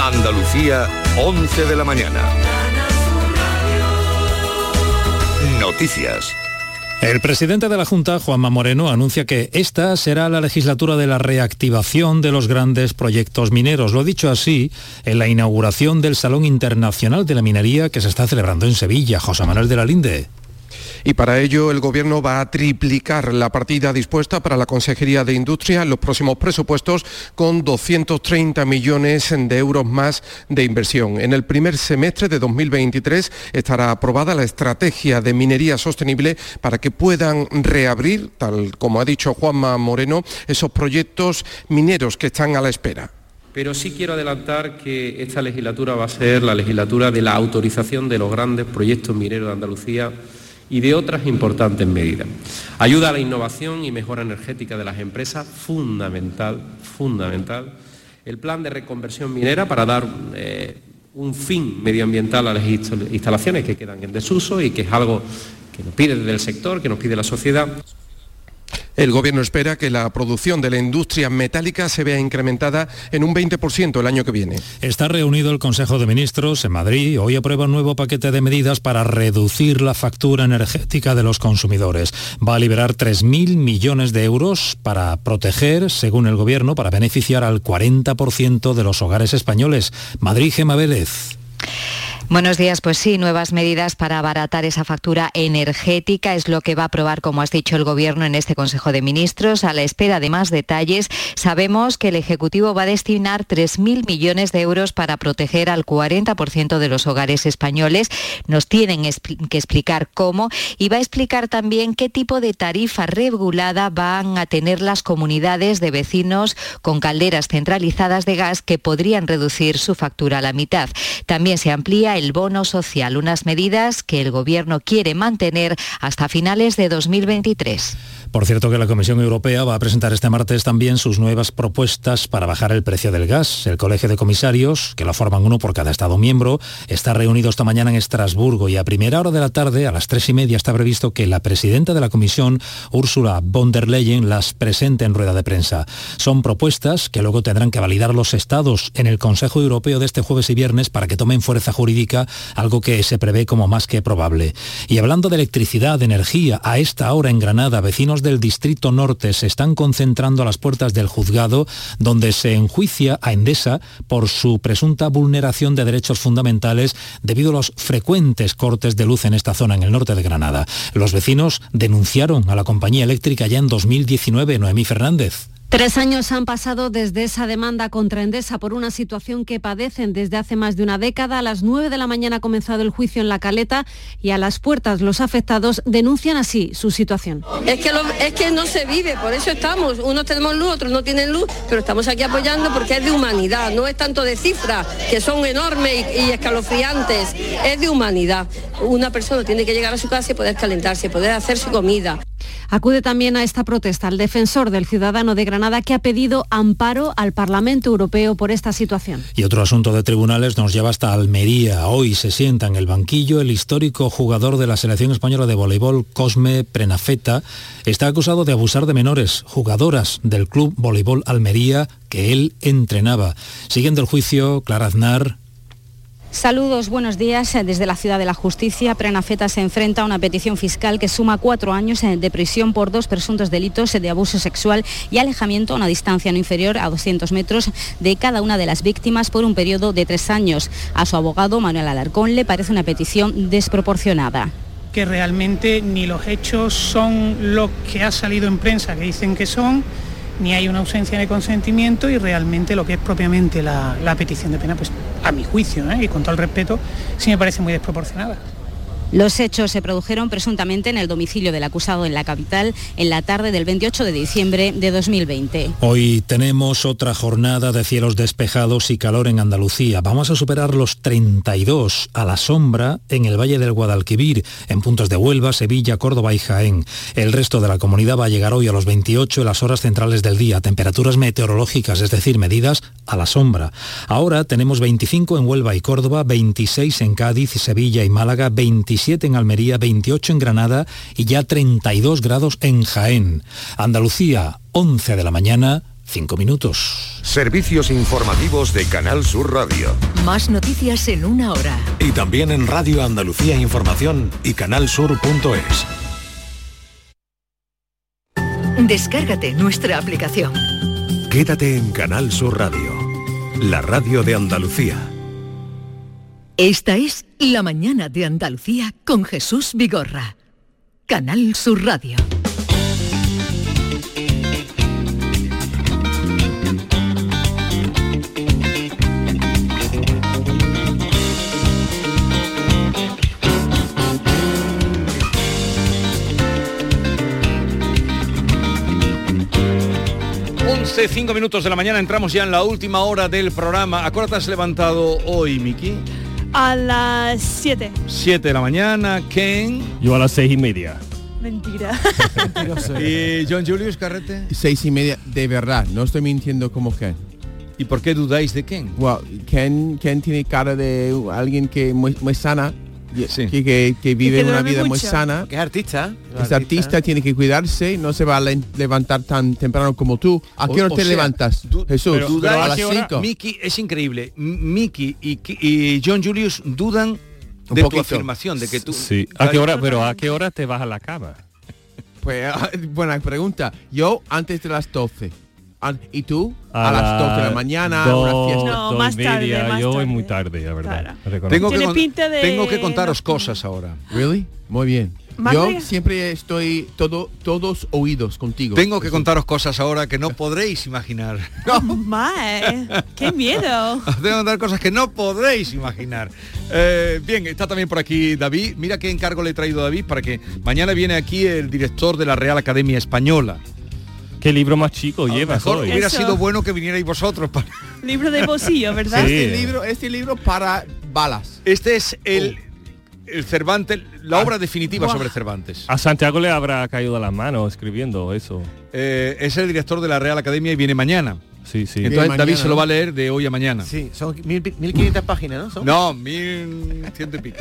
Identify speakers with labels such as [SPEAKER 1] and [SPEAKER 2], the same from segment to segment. [SPEAKER 1] Andalucía, 11 de la mañana. Noticias.
[SPEAKER 2] El presidente de la Junta, Juanma Moreno, anuncia que esta será la legislatura de la reactivación de los grandes proyectos mineros. Lo ha dicho así en la inauguración del Salón Internacional de la Minería que se está celebrando en Sevilla. José Manuel de la Linde.
[SPEAKER 3] Y para ello el Gobierno va a triplicar la partida dispuesta para la Consejería de Industria en los próximos presupuestos con 230 millones de euros más de inversión. En el primer semestre de 2023 estará aprobada la estrategia de minería sostenible para que puedan reabrir, tal como ha dicho Juanma Moreno, esos proyectos mineros que están a la espera.
[SPEAKER 4] Pero sí quiero adelantar que esta legislatura va a ser la legislatura de la autorización de los grandes proyectos mineros de Andalucía y de otras importantes medidas. Ayuda a la innovación y mejora energética de las empresas, fundamental, fundamental. El plan de reconversión minera para dar eh, un fin medioambiental a las instalaciones que quedan en desuso y que es algo que nos pide desde el sector, que nos pide la sociedad.
[SPEAKER 3] El Gobierno espera que la producción de la industria metálica se vea incrementada en un 20% el año que viene.
[SPEAKER 2] Está reunido el Consejo de Ministros en Madrid. Hoy aprueba un nuevo paquete de medidas para reducir la factura energética de los consumidores. Va a liberar 3.000 millones de euros para proteger, según el Gobierno, para beneficiar al 40% de los hogares españoles. Madrid, Gema Vélez.
[SPEAKER 5] Buenos días, pues sí, nuevas medidas para abaratar esa factura energética es lo que va a aprobar, como has dicho, el Gobierno en este Consejo de Ministros. A la espera de más detalles, sabemos que el Ejecutivo va a destinar 3.000 millones de euros para proteger al 40% de los hogares españoles. Nos tienen que explicar cómo y va a explicar también qué tipo de tarifa regulada van a tener las comunidades de vecinos con calderas centralizadas de gas que podrían reducir su factura a la mitad. También se amplía el bono social, unas medidas que el Gobierno quiere mantener hasta finales de 2023.
[SPEAKER 2] Por cierto que la Comisión Europea va a presentar este martes también sus nuevas propuestas para bajar el precio del gas. El Colegio de Comisarios, que lo forman uno por cada Estado miembro, está reunido esta mañana en Estrasburgo y a primera hora de la tarde, a las tres y media, está previsto que la presidenta de la Comisión, Úrsula von der Leyen, las presente en rueda de prensa. Son propuestas que luego tendrán que validar los Estados en el Consejo Europeo de este jueves y viernes para que tomen fuerza jurídica algo que se prevé como más que probable. Y hablando de electricidad, de energía, a esta hora en Granada, vecinos del Distrito Norte se están concentrando a las puertas del juzgado donde se enjuicia a Endesa por su presunta vulneración de derechos fundamentales debido a los frecuentes cortes de luz en esta zona en el norte de Granada. Los vecinos denunciaron a la compañía eléctrica ya en 2019, Noemí Fernández.
[SPEAKER 6] Tres años han pasado desde esa demanda contra Endesa por una situación que padecen desde hace más de una década. A las 9 de la mañana ha comenzado el juicio en la caleta y a las puertas los afectados denuncian así su situación.
[SPEAKER 7] Es que, lo, es que no se vive, por eso estamos. Unos tenemos luz, otros no tienen luz, pero estamos aquí apoyando porque es de humanidad, no es tanto de cifras, que son enormes y, y escalofriantes, es de humanidad. Una persona tiene que llegar a su casa y poder calentarse, poder hacer su comida.
[SPEAKER 6] Acude también a esta protesta el defensor del ciudadano de Granada que ha pedido amparo al Parlamento Europeo por esta situación.
[SPEAKER 2] Y otro asunto de tribunales nos lleva hasta Almería. Hoy se sienta en el banquillo el histórico jugador de la selección española de voleibol, Cosme Prenafeta. Está acusado de abusar de menores, jugadoras del club voleibol Almería que él entrenaba. Siguiendo el juicio, Clara Aznar,
[SPEAKER 8] Saludos, buenos días. Desde la Ciudad de la Justicia, Prenafeta se enfrenta a una petición fiscal que suma cuatro años eh, de prisión por dos presuntos delitos eh, de abuso sexual y alejamiento a una distancia no inferior a 200 metros de cada una de las víctimas por un periodo de tres años. A su abogado, Manuel Alarcón, le parece una petición desproporcionada
[SPEAKER 9] que realmente ni los hechos son lo que ha salido en prensa que dicen que son, ni hay una ausencia de consentimiento y realmente lo que es propiamente la, la petición de pena, pues a mi juicio ¿eh? y con todo el respeto, sí me parece muy desproporcionada.
[SPEAKER 8] Los hechos se produjeron presuntamente en el domicilio del acusado en la capital en la tarde del 28 de diciembre de 2020.
[SPEAKER 2] Hoy tenemos otra jornada de cielos despejados y calor en Andalucía. Vamos a superar los 32 a la sombra en el Valle del Guadalquivir, en puntos de Huelva, Sevilla, Córdoba y Jaén. El resto de la comunidad va a llegar hoy a los 28 en las horas centrales del día, temperaturas meteorológicas, es decir, medidas a la sombra. Ahora tenemos 25 en Huelva y Córdoba, 26 en Cádiz, Sevilla y Málaga, 27 en Almería, 28 en Granada y ya 32 grados en Jaén. Andalucía, 11 de la mañana, 5 minutos.
[SPEAKER 10] Servicios informativos de Canal Sur Radio.
[SPEAKER 11] Más noticias en una hora.
[SPEAKER 12] Y también en Radio Andalucía Información y canalsur.es.
[SPEAKER 11] Descárgate nuestra aplicación.
[SPEAKER 12] Quédate en Canal Sur Radio, la radio de Andalucía.
[SPEAKER 11] Esta es La mañana de Andalucía con Jesús Vigorra. Canal Sur Radio.
[SPEAKER 13] cinco minutos de la mañana, entramos ya en la última hora del programa. ¿A qué hora te has levantado hoy, Miki?
[SPEAKER 14] A las 7.
[SPEAKER 13] 7 de la mañana, Ken.
[SPEAKER 15] Yo a las seis y media.
[SPEAKER 14] Mentira.
[SPEAKER 13] ¿Y John Julius Carrete?
[SPEAKER 16] Seis y media, de verdad, no estoy mintiendo como Ken.
[SPEAKER 13] ¿Y por qué dudáis de Ken?
[SPEAKER 16] Well, Ken, Ken tiene cara de alguien que muy, muy sana, Sí. Que, que, que, vive que una vida mucho. muy sana.
[SPEAKER 17] Que es artista.
[SPEAKER 16] Es artista. artista, tiene que cuidarse, no se va a levantar tan temprano como tú. ¿A qué hora o, o te sea, levantas, du, Jesús?
[SPEAKER 13] Pero, pero a las 5. Miki, es increíble. Miki y, y, John Julius dudan Un de poquito. tu afirmación, de que tú...
[SPEAKER 15] Sí. ¿A qué hora, pero a qué hora te vas a la cama?
[SPEAKER 16] Pues, buena pregunta. Yo antes de las 12. ¿Y tú? A, a las 2 de la mañana,
[SPEAKER 15] do, una fiesta. No, do más media. tarde. Más Yo voy muy tarde, la verdad.
[SPEAKER 13] Claro. Tengo, que pinta de... tengo que contaros cosas ahora.
[SPEAKER 16] ¿Really? Muy bien. Yo bien? siempre estoy todo, todos oídos contigo.
[SPEAKER 13] Tengo que contaros cosas ahora que no podréis imaginar.
[SPEAKER 14] ¡No! Mae, ¡Qué miedo!
[SPEAKER 13] Os tengo que contar cosas que no podréis imaginar. Eh, bien, está también por aquí David. Mira qué encargo le he traído a David para que mañana viene aquí el director de la Real Academia Española.
[SPEAKER 15] ¿Qué libro más chico llevas hoy?
[SPEAKER 13] Hubiera Eso. sido bueno que vinierais vosotros. Para...
[SPEAKER 14] Libro de bolsillo, ¿verdad? Sí.
[SPEAKER 16] Este, libro, este libro para balas.
[SPEAKER 13] Este es el,
[SPEAKER 17] Oh.
[SPEAKER 13] el Cervantes,
[SPEAKER 17] Ah.
[SPEAKER 13] la obra definitiva Uah. sobre Cervantes.
[SPEAKER 15] A Santiago le habrá caído a las manos escribiendo eso.
[SPEAKER 13] Eh, es el director de la Real Academia y viene mañana.
[SPEAKER 15] Sí, sí.
[SPEAKER 13] Entonces mañana, David se lo va a leer de hoy a mañana.
[SPEAKER 17] Sí, son 1500 páginas, ¿no? ¿Son?
[SPEAKER 13] No, 1100 y pico.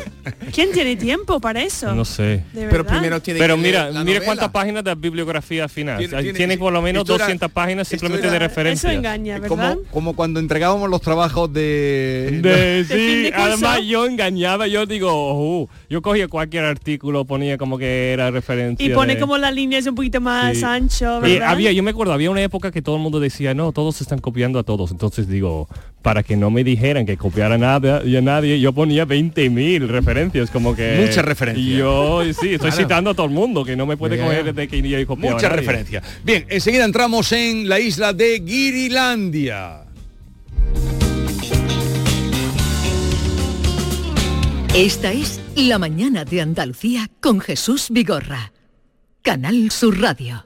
[SPEAKER 14] ¿Quién tiene tiempo para eso?
[SPEAKER 15] No sé.
[SPEAKER 16] Pero primero tiene
[SPEAKER 15] Pero mira, mira cuántas páginas de bibliografía final. Tiene, tiene, tiene por lo menos 200 era, páginas simplemente era, de referencia.
[SPEAKER 14] Eso engaña, ¿verdad?
[SPEAKER 13] Como, como, cuando entregábamos los trabajos de...
[SPEAKER 15] de sí, de además yo engañaba, yo digo, oh, yo cogía cualquier artículo, ponía como que era referencia.
[SPEAKER 14] Y pone
[SPEAKER 15] de...
[SPEAKER 14] como las líneas un poquito más sí. ancho, ¿verdad?
[SPEAKER 15] Y eh. había, yo me acuerdo, había una época que todo el mundo decía, no, todos se están copiando a todos. Entonces digo, para que no me dijeran que copiara nada y a nadie, yo ponía 20.000 referencias, como que...
[SPEAKER 13] Muchas referencias.
[SPEAKER 15] Eh, Yo, sí, estoy claro. citando a todo el mundo, que no me puede coger de que yo copiaba
[SPEAKER 13] Muchas referencias. Bien, enseguida entramos en la isla de Guirilandia.
[SPEAKER 11] Esta es La Mañana de Andalucía con Jesús Vigorra. Canal Sur Radio.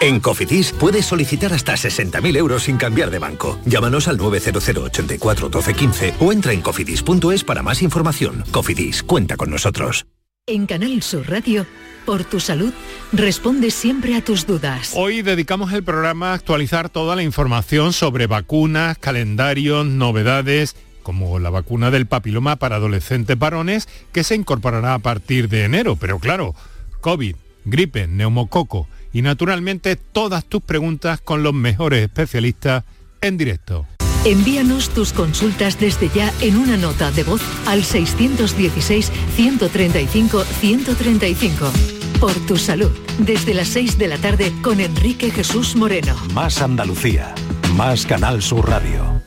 [SPEAKER 12] En Cofidis puedes solicitar hasta 60.000 euros sin cambiar de banco. Llámanos al 900 84 12 15 o entra en cofidis.es para más información. Cofidis, cuenta con nosotros.
[SPEAKER 11] En Canal Sur Radio, por tu salud, responde siempre a tus dudas.
[SPEAKER 12] Hoy dedicamos el programa a actualizar toda la información sobre vacunas, calendarios, novedades como la vacuna del papiloma para adolescentes varones que se incorporará a partir de enero, pero claro, COVID, gripe, neumococo
[SPEAKER 18] y naturalmente todas tus preguntas con los mejores especialistas en directo.
[SPEAKER 11] Envíanos tus consultas desde ya en una nota de voz al 616-135-135. Por tu salud, desde las 6 de la tarde con Enrique Jesús Moreno.
[SPEAKER 19] Más Andalucía, más Canal Sur Radio.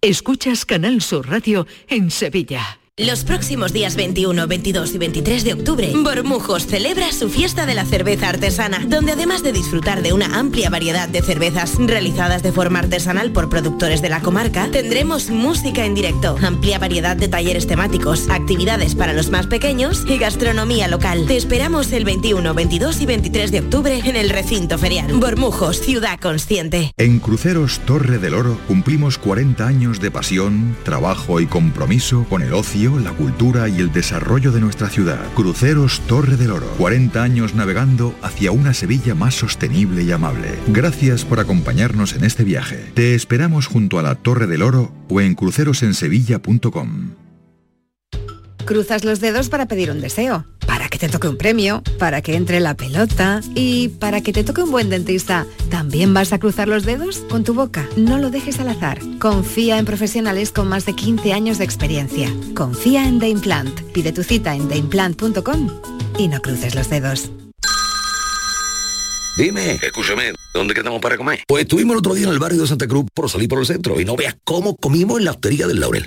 [SPEAKER 11] Escuchas Canal Sur Radio en Sevilla.
[SPEAKER 20] Los próximos días 21, 22 y 23 de octubre, Bormujos celebra su fiesta de la cerveza artesana, donde además de disfrutar de una amplia variedad de cervezas realizadas de forma artesanal por productores de la comarca, tendremos música en directo, amplia variedad de talleres temáticos, actividades para los más pequeños y gastronomía local. Te esperamos el 21, 22 y 23 de octubre en el recinto ferial. Bormujos, ciudad consciente.
[SPEAKER 21] En Cruceros Torre del Oro cumplimos 40 años de pasión, trabajo y compromiso con el ocio, la cultura y el desarrollo de nuestra ciudad. Cruceros Torre del Oro, 40 años navegando hacia una Sevilla más sostenible y amable. Gracias por acompañarnos en este viaje. Te esperamos junto a la Torre del Oro o en crucerosensevilla.com.
[SPEAKER 22] Cruzas los dedos para pedir un deseo, para que te toque un premio, para que entre la pelota y para que te toque un buen dentista. ¿También vas a cruzar los dedos? Con tu boca. No lo dejes al azar. Confía en profesionales con más de 15 años de experiencia. Confía en The Implant. Pide tu cita en theimplant.com y no cruces los dedos.
[SPEAKER 1] Dime, escúchame, ¿dónde quedamos para comer? Pues estuvimos el otro día en el barrio de Santa Cruz por salir por el centro y no veas cómo comimos en la hostería del Laurel.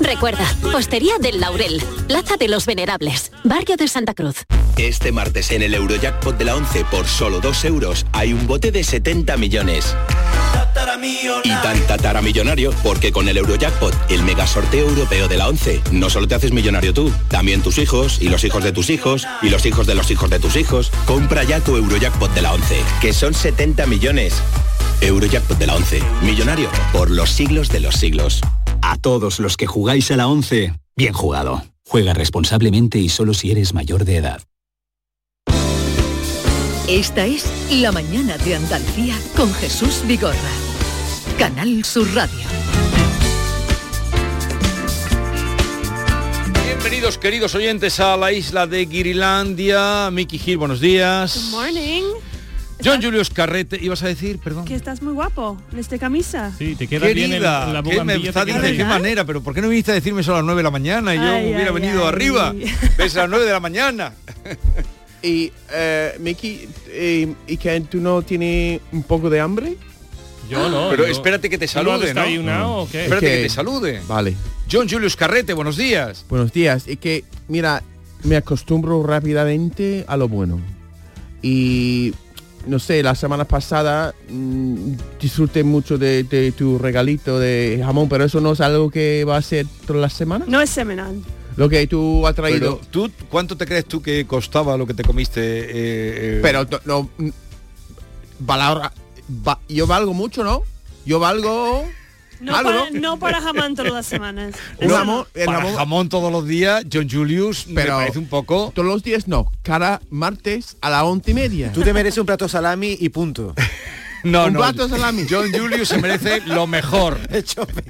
[SPEAKER 23] Recuerda, Postería del Laurel, Plaza de los Venerables, Barrio de Santa Cruz.
[SPEAKER 12] Este martes en el Eurojackpot de la 11 por solo 2 euros hay un bote de 70 millones. Y tan tatara millonario porque con el Eurojackpot, el mega sorteo europeo de la 11, no solo te haces millonario tú, también tus hijos y los hijos de tus hijos y los hijos de los hijos de tus hijos. Compra ya tu Eurojackpot de la 11, que son 70 millones. Eurojackpot de la 11, millonario por los siglos de los siglos.
[SPEAKER 24] A todos los que jugáis a la 11, bien jugado. Juega responsablemente y solo si eres mayor de edad.
[SPEAKER 11] Esta es La mañana de Andalucía con Jesús Vigorra. Canal Sur Radio.
[SPEAKER 13] Bienvenidos queridos oyentes a la isla de Guirilandia. Miki Gil, buenos días.
[SPEAKER 14] Good morning.
[SPEAKER 13] John Julius Carrete, ibas a decir, perdón.
[SPEAKER 14] Que estás muy guapo en esta camisa.
[SPEAKER 15] Sí, te
[SPEAKER 13] Querida, ¿qué me está diciendo? ¿Qué manera? ¿Pero por qué no viniste a decirme eso a las 9 de la mañana y yo
[SPEAKER 14] Ay,
[SPEAKER 13] hubiera
[SPEAKER 14] ay,
[SPEAKER 13] venido
[SPEAKER 14] ay.
[SPEAKER 13] arriba? Ves a las 9 de la mañana.
[SPEAKER 16] Y, eh, Miki, eh, ¿y que tú no tienes un poco de hambre?
[SPEAKER 15] Yo no.
[SPEAKER 13] Pero
[SPEAKER 15] yo-
[SPEAKER 13] espérate que te
[SPEAKER 15] ¿Tú
[SPEAKER 13] salude,
[SPEAKER 15] ¿Está
[SPEAKER 13] ¿no? Mm.
[SPEAKER 15] ayunado o qué?
[SPEAKER 13] Espérate que te salude.
[SPEAKER 16] Vale.
[SPEAKER 13] John Julius Carrete, buenos días.
[SPEAKER 16] Buenos días. Es que, mira, me acostumbro rápidamente a lo bueno. Y, no sé, la semana pasada mm, disfruté mucho de, de tu regalito de jamón, pero eso no es algo que va a ser toda la semana.
[SPEAKER 14] No es semanal.
[SPEAKER 16] Lo que tú has traído.
[SPEAKER 13] Pero, ¿tú, ¿Cuánto te crees tú que costaba lo que te comiste? eh, eh?
[SPEAKER 16] Pero to- no, mm, valora- va- yo valgo mucho, ¿no? Yo valgo.
[SPEAKER 14] No,
[SPEAKER 16] algo,
[SPEAKER 14] para, no para jamán todas las semanas.
[SPEAKER 13] Un
[SPEAKER 14] Eso no.
[SPEAKER 13] jamón, el
[SPEAKER 16] Para
[SPEAKER 13] jamón, todos los días, John Julius,
[SPEAKER 16] Pero
[SPEAKER 13] me parece un poco...
[SPEAKER 16] Todos los días no, cada martes a las once y media.
[SPEAKER 13] Tú
[SPEAKER 16] te
[SPEAKER 13] mereces
[SPEAKER 16] un plato salami y punto.
[SPEAKER 13] No,
[SPEAKER 16] un
[SPEAKER 13] no.
[SPEAKER 16] plato salami.
[SPEAKER 13] John Julius se merece lo mejor. De chope.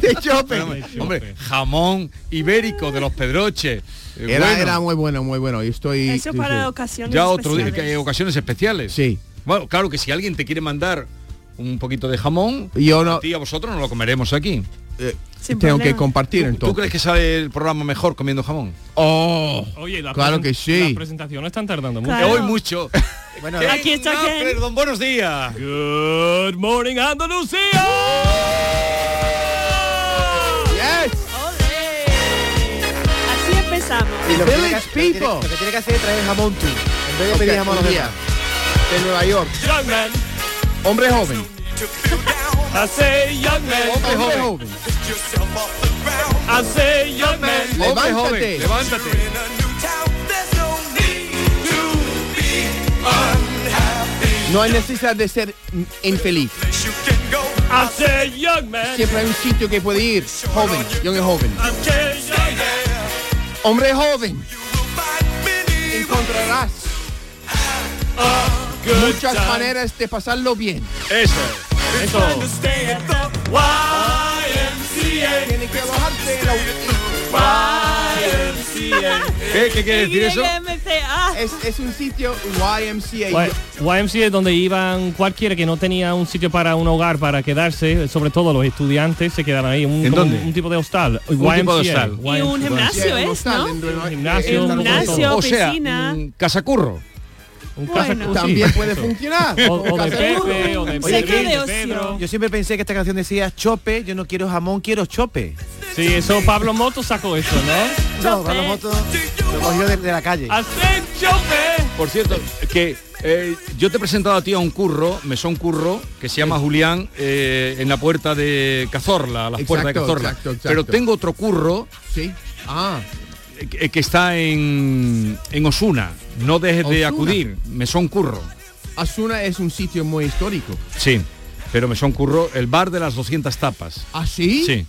[SPEAKER 16] De chope.
[SPEAKER 13] Hombre, jamón ibérico de los Pedroches. Eh,
[SPEAKER 16] Era,
[SPEAKER 13] bueno,
[SPEAKER 16] era muy bueno, muy bueno. Y estoy.
[SPEAKER 14] Eso
[SPEAKER 16] sí,
[SPEAKER 14] para
[SPEAKER 16] sí.
[SPEAKER 14] ocasiones
[SPEAKER 13] ya otro día,
[SPEAKER 14] especiales.
[SPEAKER 13] que- ocasiones especiales.
[SPEAKER 16] Sí.
[SPEAKER 13] Bueno, claro que si alguien te quiere mandar un poquito de jamón,
[SPEAKER 16] Yo no-
[SPEAKER 13] a ti y a vosotros no lo comeremos aquí.
[SPEAKER 16] Sin tengo problema. que compartir,
[SPEAKER 13] ¿Tú- ¿Tú
[SPEAKER 16] entonces.
[SPEAKER 13] crees que sale el programa mejor comiendo jamón?
[SPEAKER 16] Oh,
[SPEAKER 15] Oye, la
[SPEAKER 16] claro
[SPEAKER 15] presen-
[SPEAKER 16] que sí.
[SPEAKER 15] Las presentaciones están tardando mucho.
[SPEAKER 13] Claro. Hoy mucho.
[SPEAKER 15] Bueno,
[SPEAKER 13] Ken
[SPEAKER 15] aquí está Ken.
[SPEAKER 13] Napper, don buenos días.
[SPEAKER 15] Good morning Andalucía.
[SPEAKER 14] Así empezamos.
[SPEAKER 16] Y lo que tiene que- lo que tiene- lo que tiene que hacer es traer jamón tú. En vez de pedir jamón a los demás. De Nueva York. Hombre joven.
[SPEAKER 15] I say young man.
[SPEAKER 16] Hombre joven.
[SPEAKER 15] I say young man.
[SPEAKER 13] Hombre joven, levántate.
[SPEAKER 16] No hay necesidad de ser infeliz. Siempre hay un sitio que puede ir. Joven, young and joven. Hombre joven. Encontrarás muchas maneras de pasarlo bien.
[SPEAKER 13] Eso.
[SPEAKER 16] Eso. Tiene que bajarte la
[SPEAKER 13] ¿Qué, Eh, qué quiere decir eso?
[SPEAKER 16] Es, es un sitio YMCA.
[SPEAKER 15] Y- YMCA es donde iban cualquiera que no tenía un sitio para un hogar para quedarse, sobre todo los estudiantes se quedaban ahí, un,
[SPEAKER 13] ¿En
[SPEAKER 15] como
[SPEAKER 13] dónde?
[SPEAKER 15] un tipo de hostal.
[SPEAKER 13] Un tipo de hostal.
[SPEAKER 15] YMCA.
[SPEAKER 13] Y un
[SPEAKER 14] gimnasio
[SPEAKER 16] Sí,
[SPEAKER 14] es, ¿no?
[SPEAKER 16] Un
[SPEAKER 15] gimnasio, un
[SPEAKER 14] gimnasio,
[SPEAKER 13] o sea,
[SPEAKER 14] piscina.
[SPEAKER 13] mm, casacurro.
[SPEAKER 15] Un
[SPEAKER 14] Bueno.
[SPEAKER 13] casacurro, sí.
[SPEAKER 16] También puede funcionar.
[SPEAKER 15] O- o de Pepe, o de
[SPEAKER 25] Oye,
[SPEAKER 15] Pepe,
[SPEAKER 25] que-
[SPEAKER 15] de Pedro.
[SPEAKER 25] Yo siempre pensé que esta canción decía chope, yo no quiero jamón, quiero chope.
[SPEAKER 15] Sí, eso Pablo Moto sacó eso, ¿no?
[SPEAKER 25] No, Pablo Moto lo cogió de, de la calle.
[SPEAKER 13] Por cierto, que eh, yo te he presentado a ti a un curro, mesón curro, que se llama Julián, eh, en la puerta de Cazorla, a las
[SPEAKER 16] Exacto,
[SPEAKER 13] puertas de Cazorla.
[SPEAKER 16] exacto, exacto.
[SPEAKER 13] Pero tengo otro curro
[SPEAKER 16] Sí. Ah.
[SPEAKER 13] eh, que, que está en, en Osuna. No dejes de
[SPEAKER 16] Osuna.
[SPEAKER 13] acudir, mesón curro.
[SPEAKER 16] Asuna es un sitio muy histórico.
[SPEAKER 13] Sí, pero mesón curro, el bar de las 200 tapas.
[SPEAKER 16] ¿Ah, sí?
[SPEAKER 13] Sí.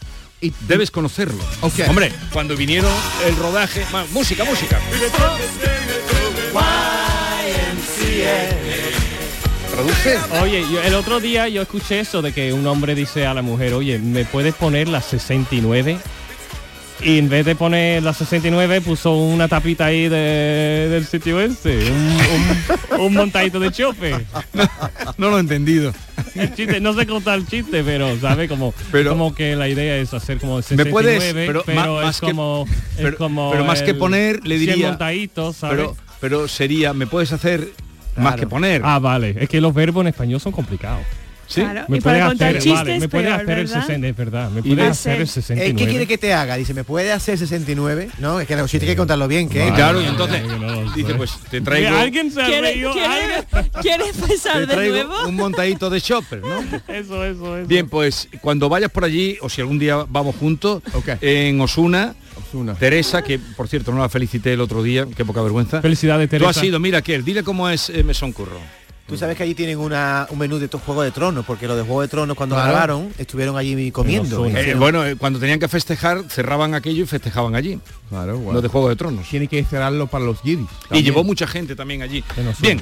[SPEAKER 13] Debes conocerlo.
[SPEAKER 16] Ok.
[SPEAKER 13] Hombre, cuando vinieron el rodaje... ma- música, música.
[SPEAKER 15] Oye, yo- el otro día yo escuché eso de que un hombre dice a la mujer, oye, ¿me puedes poner la 69? Y en vez de poner la 69 puso una tapita ahí de- del sitio este, un, un- un montadito de chope.
[SPEAKER 13] No lo he entendido.
[SPEAKER 15] El chiste, no sé contar el chiste, pero sabe como, como que la idea es hacer como 69,
[SPEAKER 13] ¿Me puedes?
[SPEAKER 15] pero,
[SPEAKER 13] Pero ma-
[SPEAKER 15] es
[SPEAKER 13] más que-
[SPEAKER 15] como es
[SPEAKER 13] pero-
[SPEAKER 15] como
[SPEAKER 13] pero más que
[SPEAKER 15] el
[SPEAKER 13] poner, le
[SPEAKER 15] 100
[SPEAKER 13] diría-
[SPEAKER 15] montaditos, ¿sabes?
[SPEAKER 13] Pero, pero sería, ¿me puedes hacer más que poner?
[SPEAKER 15] Ah, vale. Es que los verbos en español son complicados.
[SPEAKER 13] Sí.
[SPEAKER 25] Claro,
[SPEAKER 15] Me
[SPEAKER 25] y para
[SPEAKER 15] puedes
[SPEAKER 25] contar
[SPEAKER 15] hacer,
[SPEAKER 25] chistes
[SPEAKER 15] vale, me
[SPEAKER 25] es
[SPEAKER 15] puedes
[SPEAKER 25] peor,
[SPEAKER 15] hacer el
[SPEAKER 25] ¿verdad?
[SPEAKER 15] 60, es verdad. Me puedes hacer el
[SPEAKER 25] Eh,
[SPEAKER 15] 69.
[SPEAKER 25] ¿Qué quiere que te haga? Dice, ¿me puede hacer 69? No, es que la tiene que contarlo bien,
[SPEAKER 16] Ah,
[SPEAKER 25] que
[SPEAKER 13] Claro, y entonces dice, pues te traigo...
[SPEAKER 14] ¿Quiere- quiere- ¿Quiere
[SPEAKER 13] te
[SPEAKER 14] empezar de
[SPEAKER 13] traigo
[SPEAKER 14] nuevo?
[SPEAKER 13] un montadito de shopper, ¿no?
[SPEAKER 15] Eso, eso, eso.
[SPEAKER 13] Bien, pues cuando vayas por allí, o si algún día vamos juntos, en Osuna, Teresa, que por cierto no la felicité el otro día, qué poca vergüenza.
[SPEAKER 15] Felicidades,
[SPEAKER 13] Tú has
[SPEAKER 25] Teresa.
[SPEAKER 13] sido, mira, Kiel, dile cómo es eh, Mesón Curro.
[SPEAKER 25] Tú sabes que allí tienen una, un menú de tu Juego de Tronos, porque los de Juego de Tronos cuando
[SPEAKER 13] Claro.
[SPEAKER 25] grabaron estuvieron allí comiendo.
[SPEAKER 13] Eh,
[SPEAKER 25] Hicieron-
[SPEAKER 13] bueno, eh, cuando tenían que festejar, cerraban aquello y festejaban allí.
[SPEAKER 16] Claro,
[SPEAKER 13] Los de Juego de Tronos.
[SPEAKER 16] Tiene que cerrarlo para los guiris.
[SPEAKER 13] Y llevó mucha gente también allí. Bien,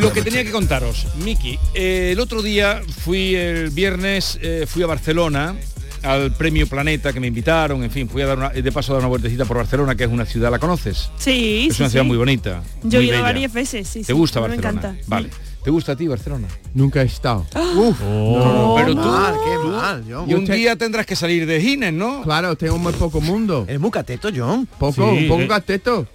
[SPEAKER 13] lo que tenía que contaros, Miki, eh, el otro día fui el viernes, eh, fui a Barcelona al Premio Planeta que me invitaron, en fin, fui a dar una- de paso a dar una vueltecita por Barcelona, que es una ciudad, ¿la conoces?
[SPEAKER 14] Sí,
[SPEAKER 13] Es
[SPEAKER 14] sí,
[SPEAKER 13] una ciudad
[SPEAKER 14] sí.
[SPEAKER 13] muy bonita.
[SPEAKER 14] Yo he
[SPEAKER 13] muy
[SPEAKER 14] ido
[SPEAKER 13] bella.
[SPEAKER 14] varias veces, sí.
[SPEAKER 13] ¿Te
[SPEAKER 14] sí,
[SPEAKER 13] gusta
[SPEAKER 14] me
[SPEAKER 13] Barcelona?
[SPEAKER 14] encanta.
[SPEAKER 13] Vale. ¿Te gusta a ti Barcelona?
[SPEAKER 16] Nunca he estado.
[SPEAKER 13] Uf.
[SPEAKER 16] No,
[SPEAKER 13] Oh. pero tú,
[SPEAKER 16] mal,
[SPEAKER 13] tú- y un día tendrás que salir de Gines, ¿no?
[SPEAKER 16] Claro, tengo muy poco mundo.
[SPEAKER 25] Es muy cateto, John.
[SPEAKER 16] Poco,
[SPEAKER 15] Sí,
[SPEAKER 16] poco
[SPEAKER 15] eh.
[SPEAKER 16] cateto.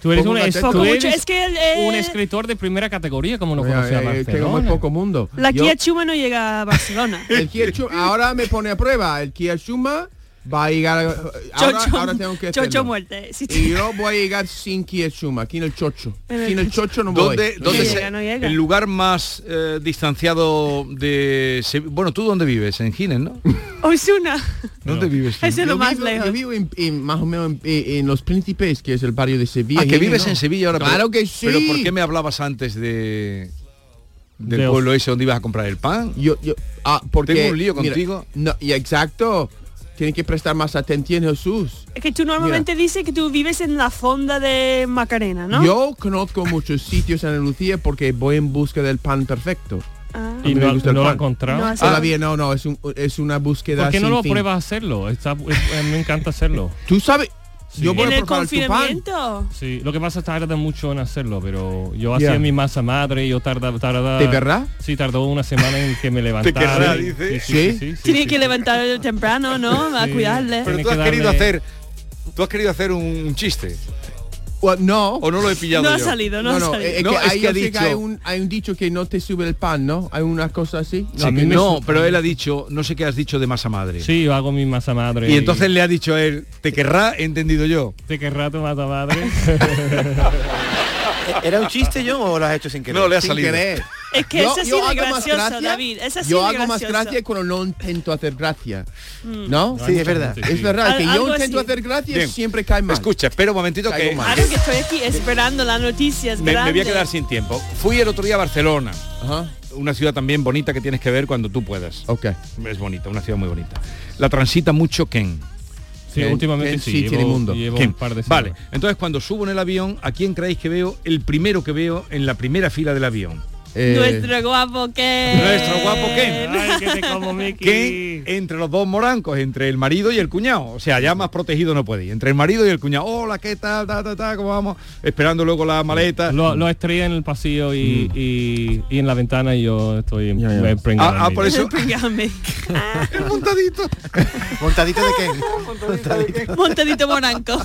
[SPEAKER 15] Tú eres,
[SPEAKER 16] Poco
[SPEAKER 15] un,
[SPEAKER 16] cateto.
[SPEAKER 15] tú eres
[SPEAKER 14] eh,
[SPEAKER 15] un escritor de primera categoría, como no
[SPEAKER 16] Mira,
[SPEAKER 15] conocía
[SPEAKER 16] eh, tengo muy
[SPEAKER 15] Barcelona.
[SPEAKER 16] poco mundo.
[SPEAKER 14] La
[SPEAKER 16] Yo-
[SPEAKER 14] Kia Chuma no llega a Barcelona.
[SPEAKER 16] el Kia Chu- ahora me pone a prueba. El Kia Shuma va a llegar. eh, Ahora,
[SPEAKER 14] Chocho-
[SPEAKER 16] ahora tengo que
[SPEAKER 14] Chocho
[SPEAKER 16] hacerlo.
[SPEAKER 14] muerte. Sí,
[SPEAKER 16] Y yo voy a llegar sin Kia Shuma, aquí en el chocho. Sin el chocho no voy.
[SPEAKER 13] ¿Dónde, dónde se- el lugar más eh, distanciado de... Se- Bueno, ¿tú dónde vives? En Gines, ¿no?
[SPEAKER 14] Osuna.
[SPEAKER 13] ¿Dónde este vives? tú?
[SPEAKER 14] Ese es lo
[SPEAKER 16] Yo
[SPEAKER 14] más
[SPEAKER 16] vivo-
[SPEAKER 14] lejos.
[SPEAKER 16] Yo vivo en, en- más o menos en, en- en Los Príncipes, que es el barrio de Sevilla.
[SPEAKER 13] Ah, que
[SPEAKER 16] Y-
[SPEAKER 13] vives
[SPEAKER 16] no.
[SPEAKER 13] en Sevilla ahora. pero-
[SPEAKER 16] Claro que sí.
[SPEAKER 13] Pero ¿por qué me hablabas antes de del
[SPEAKER 16] De Os-
[SPEAKER 13] pueblo ese donde ibas a comprar
[SPEAKER 16] Eh.
[SPEAKER 13] el pan?
[SPEAKER 16] Yo, yo, ah, porque,
[SPEAKER 13] Tengo un lío
[SPEAKER 16] mira,
[SPEAKER 13] contigo.
[SPEAKER 16] no, y exacto. Tienen que prestar más atención, Jesús.
[SPEAKER 14] Es que tú normalmente dices que tú vives en la fonda de Macarena, ¿no?
[SPEAKER 16] Yo conozco muchos sitios en Andalucía porque voy en busca del pan perfecto.
[SPEAKER 14] Ah.
[SPEAKER 16] A mí
[SPEAKER 15] Y
[SPEAKER 16] me
[SPEAKER 15] no-
[SPEAKER 16] gusta el
[SPEAKER 15] no lo ha
[SPEAKER 16] pan.
[SPEAKER 15] encontrado. No ha sido.
[SPEAKER 16] Todavía no, no, es, un- es una búsqueda
[SPEAKER 15] ¿Por qué no
[SPEAKER 16] sin
[SPEAKER 15] lo
[SPEAKER 16] fin.
[SPEAKER 15] pruebas a hacerlo? Está, es- me encanta hacerlo.
[SPEAKER 16] Tú sabes,
[SPEAKER 15] Sí.
[SPEAKER 16] yo voy
[SPEAKER 14] en
[SPEAKER 16] a
[SPEAKER 14] el
[SPEAKER 16] probar tu pan.
[SPEAKER 14] confinamiento.
[SPEAKER 15] Sí, lo que pasa es que tarda mucho en hacerlo, pero yo hacía
[SPEAKER 16] Ya.
[SPEAKER 15] mi masa madre, yo tardaba... Tarda,
[SPEAKER 16] ¿De verdad?
[SPEAKER 15] Sí, tardó una semana en que me levantara.
[SPEAKER 13] querrá,
[SPEAKER 15] Sí,
[SPEAKER 13] dice?
[SPEAKER 15] Sí, sí, sí, sí,
[SPEAKER 14] Tiene
[SPEAKER 15] sí.
[SPEAKER 14] que levantar temprano, ¿no? A
[SPEAKER 15] Sí.
[SPEAKER 14] cuidarle.
[SPEAKER 13] Pero tú has querido hacer tú has querido hacer un, un chiste.
[SPEAKER 16] Well, no.
[SPEAKER 13] O no lo he pillado
[SPEAKER 14] No ha
[SPEAKER 13] yo?
[SPEAKER 14] salido, no ha
[SPEAKER 16] No,
[SPEAKER 14] salido.
[SPEAKER 16] es que,
[SPEAKER 13] No, es
[SPEAKER 16] ahí
[SPEAKER 13] que ha
[SPEAKER 16] yo sé que hay,
[SPEAKER 13] dicho-
[SPEAKER 16] un, hay un dicho que no te sube el pan, ¿no? Hay una cosa así.
[SPEAKER 13] Sí,
[SPEAKER 16] que
[SPEAKER 13] no, pero él ha dicho, no sé qué has dicho de masa madre.
[SPEAKER 15] Sí, yo hago mi masa madre.
[SPEAKER 13] Y entonces le ha dicho a él, te querrá, he entendido yo.
[SPEAKER 15] ¿Te querrá tu masa madre?
[SPEAKER 25] ¿Era un chiste, John, o lo has hecho sin querer?
[SPEAKER 13] No, le ha salido.
[SPEAKER 14] Es que
[SPEAKER 16] Yo-
[SPEAKER 14] es así
[SPEAKER 16] yo
[SPEAKER 14] de
[SPEAKER 16] hago más
[SPEAKER 14] gracioso,
[SPEAKER 16] gracia-
[SPEAKER 14] David. Es así
[SPEAKER 16] yo
[SPEAKER 14] de
[SPEAKER 16] hago más
[SPEAKER 14] gracioso.
[SPEAKER 16] gracia cuando no intento hacer gracia.
[SPEAKER 14] Mm.
[SPEAKER 16] ¿No?
[SPEAKER 13] No, hay Sí, es mucha verdad. gente,
[SPEAKER 16] Es
[SPEAKER 13] sí.
[SPEAKER 16] verdad,
[SPEAKER 14] Al-
[SPEAKER 16] que yo
[SPEAKER 14] algo
[SPEAKER 16] intento
[SPEAKER 14] así.
[SPEAKER 16] hacer gracia
[SPEAKER 13] Bien.
[SPEAKER 16] siempre cae mal.
[SPEAKER 13] Escucha, espera un momentito
[SPEAKER 16] Caigo
[SPEAKER 13] que
[SPEAKER 16] mal.
[SPEAKER 14] Claro que estoy aquí esperando las noticias
[SPEAKER 13] me, me voy a
[SPEAKER 14] grandes.
[SPEAKER 13] quedar sin tiempo. Fui el otro día a Barcelona. una ciudad también bonita que tienes que ver cuando tú puedas.
[SPEAKER 16] Ok.
[SPEAKER 13] Es bonita, una ciudad muy bonita. La transita mucho Ken.
[SPEAKER 15] Sí,
[SPEAKER 13] Ken-
[SPEAKER 15] últimamente sí, llevo- llevo un
[SPEAKER 13] Ken.
[SPEAKER 15] par de
[SPEAKER 13] vale, entonces cuando subo en el avión, ¿a quién creéis que veo? El primero que veo en la primera fila del avión.
[SPEAKER 14] Nuestro guapo Ken.
[SPEAKER 13] Nuestro guapo Ken.
[SPEAKER 14] Ay, que te como,
[SPEAKER 13] que entre los dos morancos, entre el marido y el cuñado, o sea, ya más protegido no puede ir, entre el marido y el cuñado, hola, ¿qué tal? Ta, ta, ta, ¿Cómo vamos? Esperando luego la maleta. Mm.
[SPEAKER 15] Lo, lo estrella en el pasillo y, y- y en la ventana y yo estoy en me he pringado
[SPEAKER 13] Ah, ah,
[SPEAKER 15] en
[SPEAKER 13] por
[SPEAKER 15] mí.
[SPEAKER 13] eso-
[SPEAKER 2] montadito. ¿Montadito de qué?
[SPEAKER 14] Montadito Moranco.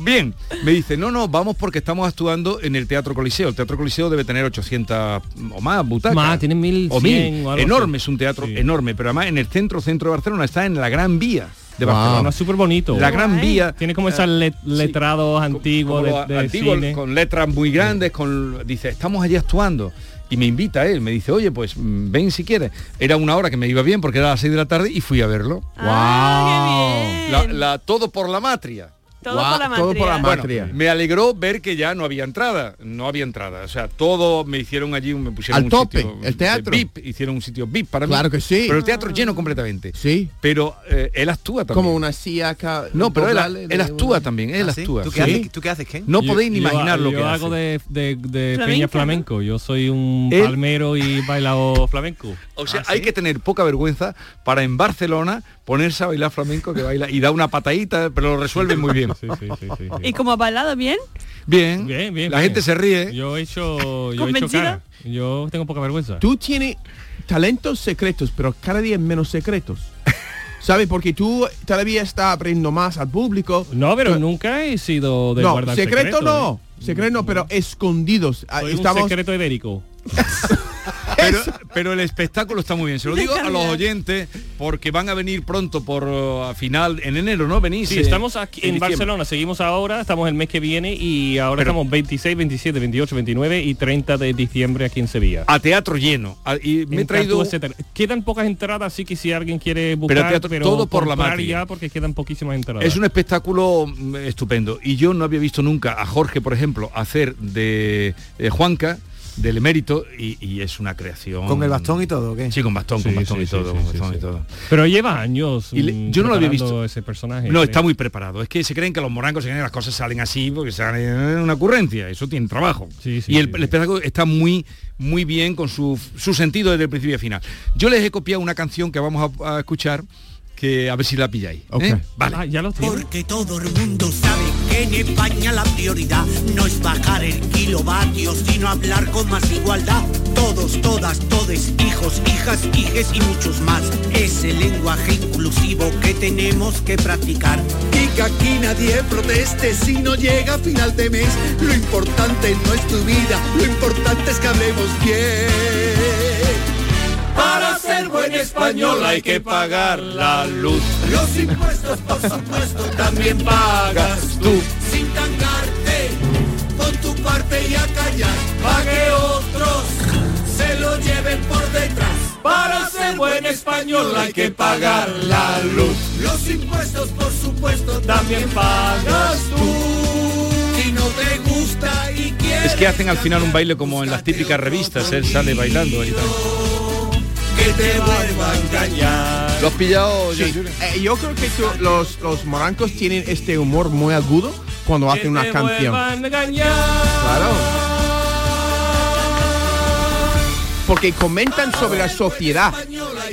[SPEAKER 13] Bien, me dice, no, no, vamos porque estamos actuando en el Teatro Coliseo. El Teatro Coliseo debe tener 800 o más butacas.
[SPEAKER 15] Más, tiene 1100
[SPEAKER 13] o mil.
[SPEAKER 15] o algo
[SPEAKER 13] Enorme, es un teatro enorme, pero además en el centro, centro de Barcelona, está en la Gran Vía de Barcelona.
[SPEAKER 15] Es súper bonito.
[SPEAKER 13] La Gran Vía. eh,
[SPEAKER 15] Tiene como esos le- letrados antiguos
[SPEAKER 13] Como
[SPEAKER 15] de,
[SPEAKER 13] los
[SPEAKER 15] de
[SPEAKER 13] antiguos,
[SPEAKER 15] cine.
[SPEAKER 13] con letras muy grandes, con dice, estamos allí actuando. Y me invita él, me dice, oye, pues mm, ven si quieres. Era una hora que me iba bien porque era las 6 de la tarde y fui a verlo. La- la- todo por la matria.
[SPEAKER 14] Todo por la
[SPEAKER 16] todo por la
[SPEAKER 14] matria.
[SPEAKER 16] matria.
[SPEAKER 13] Me alegró ver que ya no había entrada, no había entrada. O sea, todo me hicieron allí, un- me pusieron
[SPEAKER 16] Al
[SPEAKER 13] un
[SPEAKER 16] tope,
[SPEAKER 13] sitio de
[SPEAKER 16] el teatro.
[SPEAKER 13] VIP, hicieron un sitio VIP para mí.
[SPEAKER 16] Claro que sí.
[SPEAKER 13] Pero el teatro lleno completamente.
[SPEAKER 16] Sí.
[SPEAKER 13] Pero eh, él actúa también.
[SPEAKER 16] Como una silla acá.
[SPEAKER 13] No, pero él,
[SPEAKER 16] doblale de
[SPEAKER 13] él actúa
[SPEAKER 16] una-
[SPEAKER 13] también, él
[SPEAKER 16] ¿Ah, sí?
[SPEAKER 13] actúa.
[SPEAKER 16] ¿Tú qué
[SPEAKER 13] sí.
[SPEAKER 16] haces- tú qué haces, Ken?
[SPEAKER 13] No
[SPEAKER 15] Yo-
[SPEAKER 13] podéis ni
[SPEAKER 15] yo-
[SPEAKER 13] imaginar lo que
[SPEAKER 15] Yo
[SPEAKER 13] hace.
[SPEAKER 15] hago de, de- de
[SPEAKER 13] Flamenco,
[SPEAKER 15] peña
[SPEAKER 13] ¿no?
[SPEAKER 15] flamenco. Yo soy un
[SPEAKER 13] Él-
[SPEAKER 15] palmero y bailado flamenco. Ah,
[SPEAKER 13] O sea, hay que tener poca vergüenza para en Barcelona ponerse a bailar flamenco que baila y da una patadita, pero lo resuelve muy bien.
[SPEAKER 14] ¿Y cómo ha bailado bien?
[SPEAKER 13] Bien,
[SPEAKER 15] Bien, bien,
[SPEAKER 13] la
[SPEAKER 15] bien.
[SPEAKER 13] gente se ríe.
[SPEAKER 15] Yo he hecho, yo he hecho
[SPEAKER 14] ¿Convencida?
[SPEAKER 15] cara. Yo tengo poca vergüenza.
[SPEAKER 16] Tú tienes talentos secretos, pero cada día menos secretos. ¿Sabes? Porque tú todavía estás aprendiendo más al público.
[SPEAKER 15] No, pero nunca he sido de
[SPEAKER 16] no,
[SPEAKER 15] guardar
[SPEAKER 16] secreto,
[SPEAKER 15] secretos,
[SPEAKER 16] no.
[SPEAKER 15] ¿eh?
[SPEAKER 16] Secreto no, pero escondidos. Ah,
[SPEAKER 15] Soy
[SPEAKER 16] Estamos
[SPEAKER 15] un secreto ibérico.
[SPEAKER 13] Pero, pero el espectáculo está muy bien. Se lo
[SPEAKER 15] De
[SPEAKER 13] digo a los
[SPEAKER 15] calidad.
[SPEAKER 13] oyentes porque van a venir pronto por uh, a final en enero, ¿no? Venís.
[SPEAKER 15] Sí,
[SPEAKER 13] eh,
[SPEAKER 15] estamos aquí en,
[SPEAKER 13] diciembre.
[SPEAKER 15] Barcelona, seguimos ahora, estamos el mes que viene y ahora estamos 26, 27, 28, 29 y 30 de diciembre aquí en Sevilla.
[SPEAKER 13] A teatro lleno. A- y me he
[SPEAKER 15] En
[SPEAKER 13] traído.
[SPEAKER 15] Cantú, etcétera. Quedan pocas entradas, así que si alguien quiere buscar,
[SPEAKER 13] Pero teatro- todo por la
[SPEAKER 15] comprar
[SPEAKER 13] matria.
[SPEAKER 15] ya porque quedan poquísimas entradas.
[SPEAKER 13] Es un espectáculo mm, estupendo. Y yo no había visto nunca a Jorge, por ejemplo, hacer de, eh, Juanca del emérito y, y es una creación
[SPEAKER 2] ¿Con el bastón y todo o qué?
[SPEAKER 13] Sí, con bastón, con bastón y todo, con bastón y todo.
[SPEAKER 15] Pero lleva años.
[SPEAKER 13] Y le-
[SPEAKER 15] mm,
[SPEAKER 13] yo no lo había
[SPEAKER 15] preparando
[SPEAKER 13] visto.
[SPEAKER 15] ese personaje. ¿eh?
[SPEAKER 13] No,
[SPEAKER 15] Sí.
[SPEAKER 13] está muy preparado. Es que se creen que los morangos se creen que las cosas salen así porque salen eh, una ocurrencia. Eso tiene trabajo. y el, el espectáculo está muy, muy bien con su, su sentido desde el principio al final. Yo les he copiado una canción que vamos a, a escuchar que a ver si la pilláis. ¿eh? Vale.
[SPEAKER 15] Ah, ya lo tiene.
[SPEAKER 25] Porque todo el mundo sabe que en España la prioridad no es bajar el kilovatio, sino hablar con más igualdad. Todos, todas, todes, hijos, hijas, hijes y muchos más. Es el lenguaje inclusivo que tenemos que practicar.
[SPEAKER 26] Y que aquí nadie proteste si no llega a final de Este mes. Lo importante no es tu vida, lo importante es que hablemos bien.
[SPEAKER 13] Para ser buen español hay que pagar la luz.
[SPEAKER 26] Los impuestos, por supuesto, también pagas tú. Sin tangarte, con tu parte y a callar. Pa' que otros se lo lleven por detrás. Para ser buen español hay que pagar la luz. Los impuestos, por supuesto, también pagas tú. Si no te gusta y quieres...
[SPEAKER 13] Es que hacen al final un baile como en las típicas revistas. Él sale bailando. ahí también.
[SPEAKER 26] que te vuelva a engañar.
[SPEAKER 13] ¿Lo has pillado?
[SPEAKER 16] Sí. Eh, yo creo que tú- los, los morancos tienen este humor muy agudo cuando hacen una canción. Claro. Porque comentan sobre la sociedad.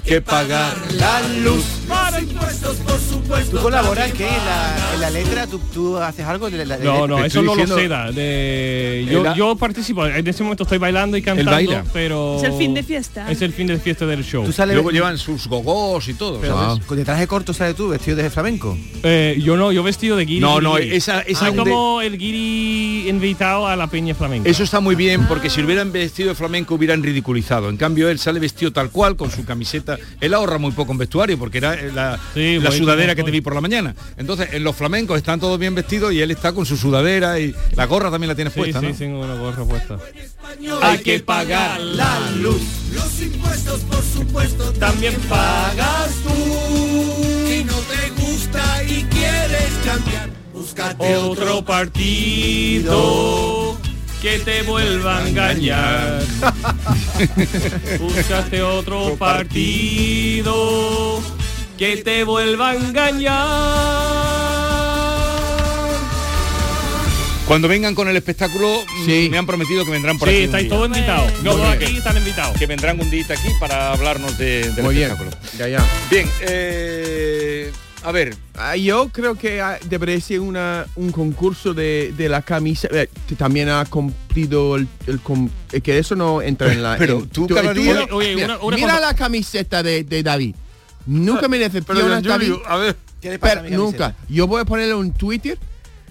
[SPEAKER 13] Que pagar
[SPEAKER 16] la luz.
[SPEAKER 26] Los impuestos, por supuesto.
[SPEAKER 2] ¿Tú colaboras
[SPEAKER 26] también
[SPEAKER 2] qué? En la, en la letra? ¿Tú, tú haces algo? De la, de
[SPEAKER 15] No,
[SPEAKER 2] letra?
[SPEAKER 15] no,
[SPEAKER 2] Te
[SPEAKER 15] eso
[SPEAKER 2] estoy
[SPEAKER 15] no lo
[SPEAKER 2] diciendo-
[SPEAKER 15] sé. da, de- yo,
[SPEAKER 2] Él ha-
[SPEAKER 15] yo participo, en ese momento estoy bailando y cantando,
[SPEAKER 13] baila.
[SPEAKER 15] pero...
[SPEAKER 14] Es el fin de fiesta.
[SPEAKER 15] Es el fin de fiesta del show.
[SPEAKER 13] Luego llevan sus gogos y todo.
[SPEAKER 2] Pero,
[SPEAKER 13] ¿sabes?
[SPEAKER 2] ¿De traje corto sale tú, vestido de flamenco?
[SPEAKER 15] ah. Eh, yo no, yo vestido de guiri.
[SPEAKER 13] No,
[SPEAKER 15] guiri,
[SPEAKER 13] no,
[SPEAKER 15] guiri.
[SPEAKER 13] esa- esa
[SPEAKER 15] Ah,
[SPEAKER 13] es de-
[SPEAKER 15] como el guiri invitado a la peña flamenca.
[SPEAKER 13] Eso está muy bien porque si lo hubieran vestido de flamenco hubieran ridiculizado. En cambio él sale vestido tal cual con su camiseta. Él ahorra muy poco en vestuario porque era eh, la,
[SPEAKER 15] Sí,
[SPEAKER 13] la
[SPEAKER 15] voy
[SPEAKER 13] sudadera
[SPEAKER 15] como
[SPEAKER 13] que te
[SPEAKER 15] voy.
[SPEAKER 13] vi por la mañana. Entonces en los flamencos están todos bien vestidos y él está con su sudadera y la gorra también la tienes
[SPEAKER 15] Sí,
[SPEAKER 13] puesta.
[SPEAKER 15] sí,
[SPEAKER 13] ¿no?
[SPEAKER 15] sí, una gorra puesta.
[SPEAKER 13] Hay que pagar la luz.
[SPEAKER 26] Los impuestos, por supuesto, también pagas tú. Si no te gusta y quieres cambiar, búscate otro partido
[SPEAKER 15] que te vuelva a engañar. Buscaste otro partido que te vuelva a engañar.
[SPEAKER 13] Cuando vengan con el espectáculo, mm, me han prometido que vendrán por
[SPEAKER 15] Sí,
[SPEAKER 13] aquí. un
[SPEAKER 15] estáis
[SPEAKER 13] día.
[SPEAKER 15] todos invitados. No,
[SPEAKER 13] Muy
[SPEAKER 15] todos
[SPEAKER 13] bien.
[SPEAKER 15] aquí están invitados.
[SPEAKER 13] Que vendrán un día aquí para hablarnos de, del
[SPEAKER 16] Muy bien.
[SPEAKER 13] espectáculo.
[SPEAKER 16] Ya, ya.
[SPEAKER 13] Bien, eh, a ver.
[SPEAKER 16] Ah, Yo creo que ah, debería ser una, un concurso de, de la camisa. Eh, que también ha cumplido el, el com- eh, que eso no entra en la.
[SPEAKER 27] Pero
[SPEAKER 16] en-
[SPEAKER 27] tú, cada día-
[SPEAKER 16] mira,
[SPEAKER 27] Oye,
[SPEAKER 16] mira,
[SPEAKER 27] una- una
[SPEAKER 16] mira
[SPEAKER 27] cosa-
[SPEAKER 16] la camiseta de, de David. Nunca me decepciona
[SPEAKER 27] Pero, Julio,
[SPEAKER 16] David.
[SPEAKER 27] a ver. ¿Qué le pasa a mi
[SPEAKER 16] Pero nunca.
[SPEAKER 27] camiseta?
[SPEAKER 16] Yo voy a ponerle un Twitter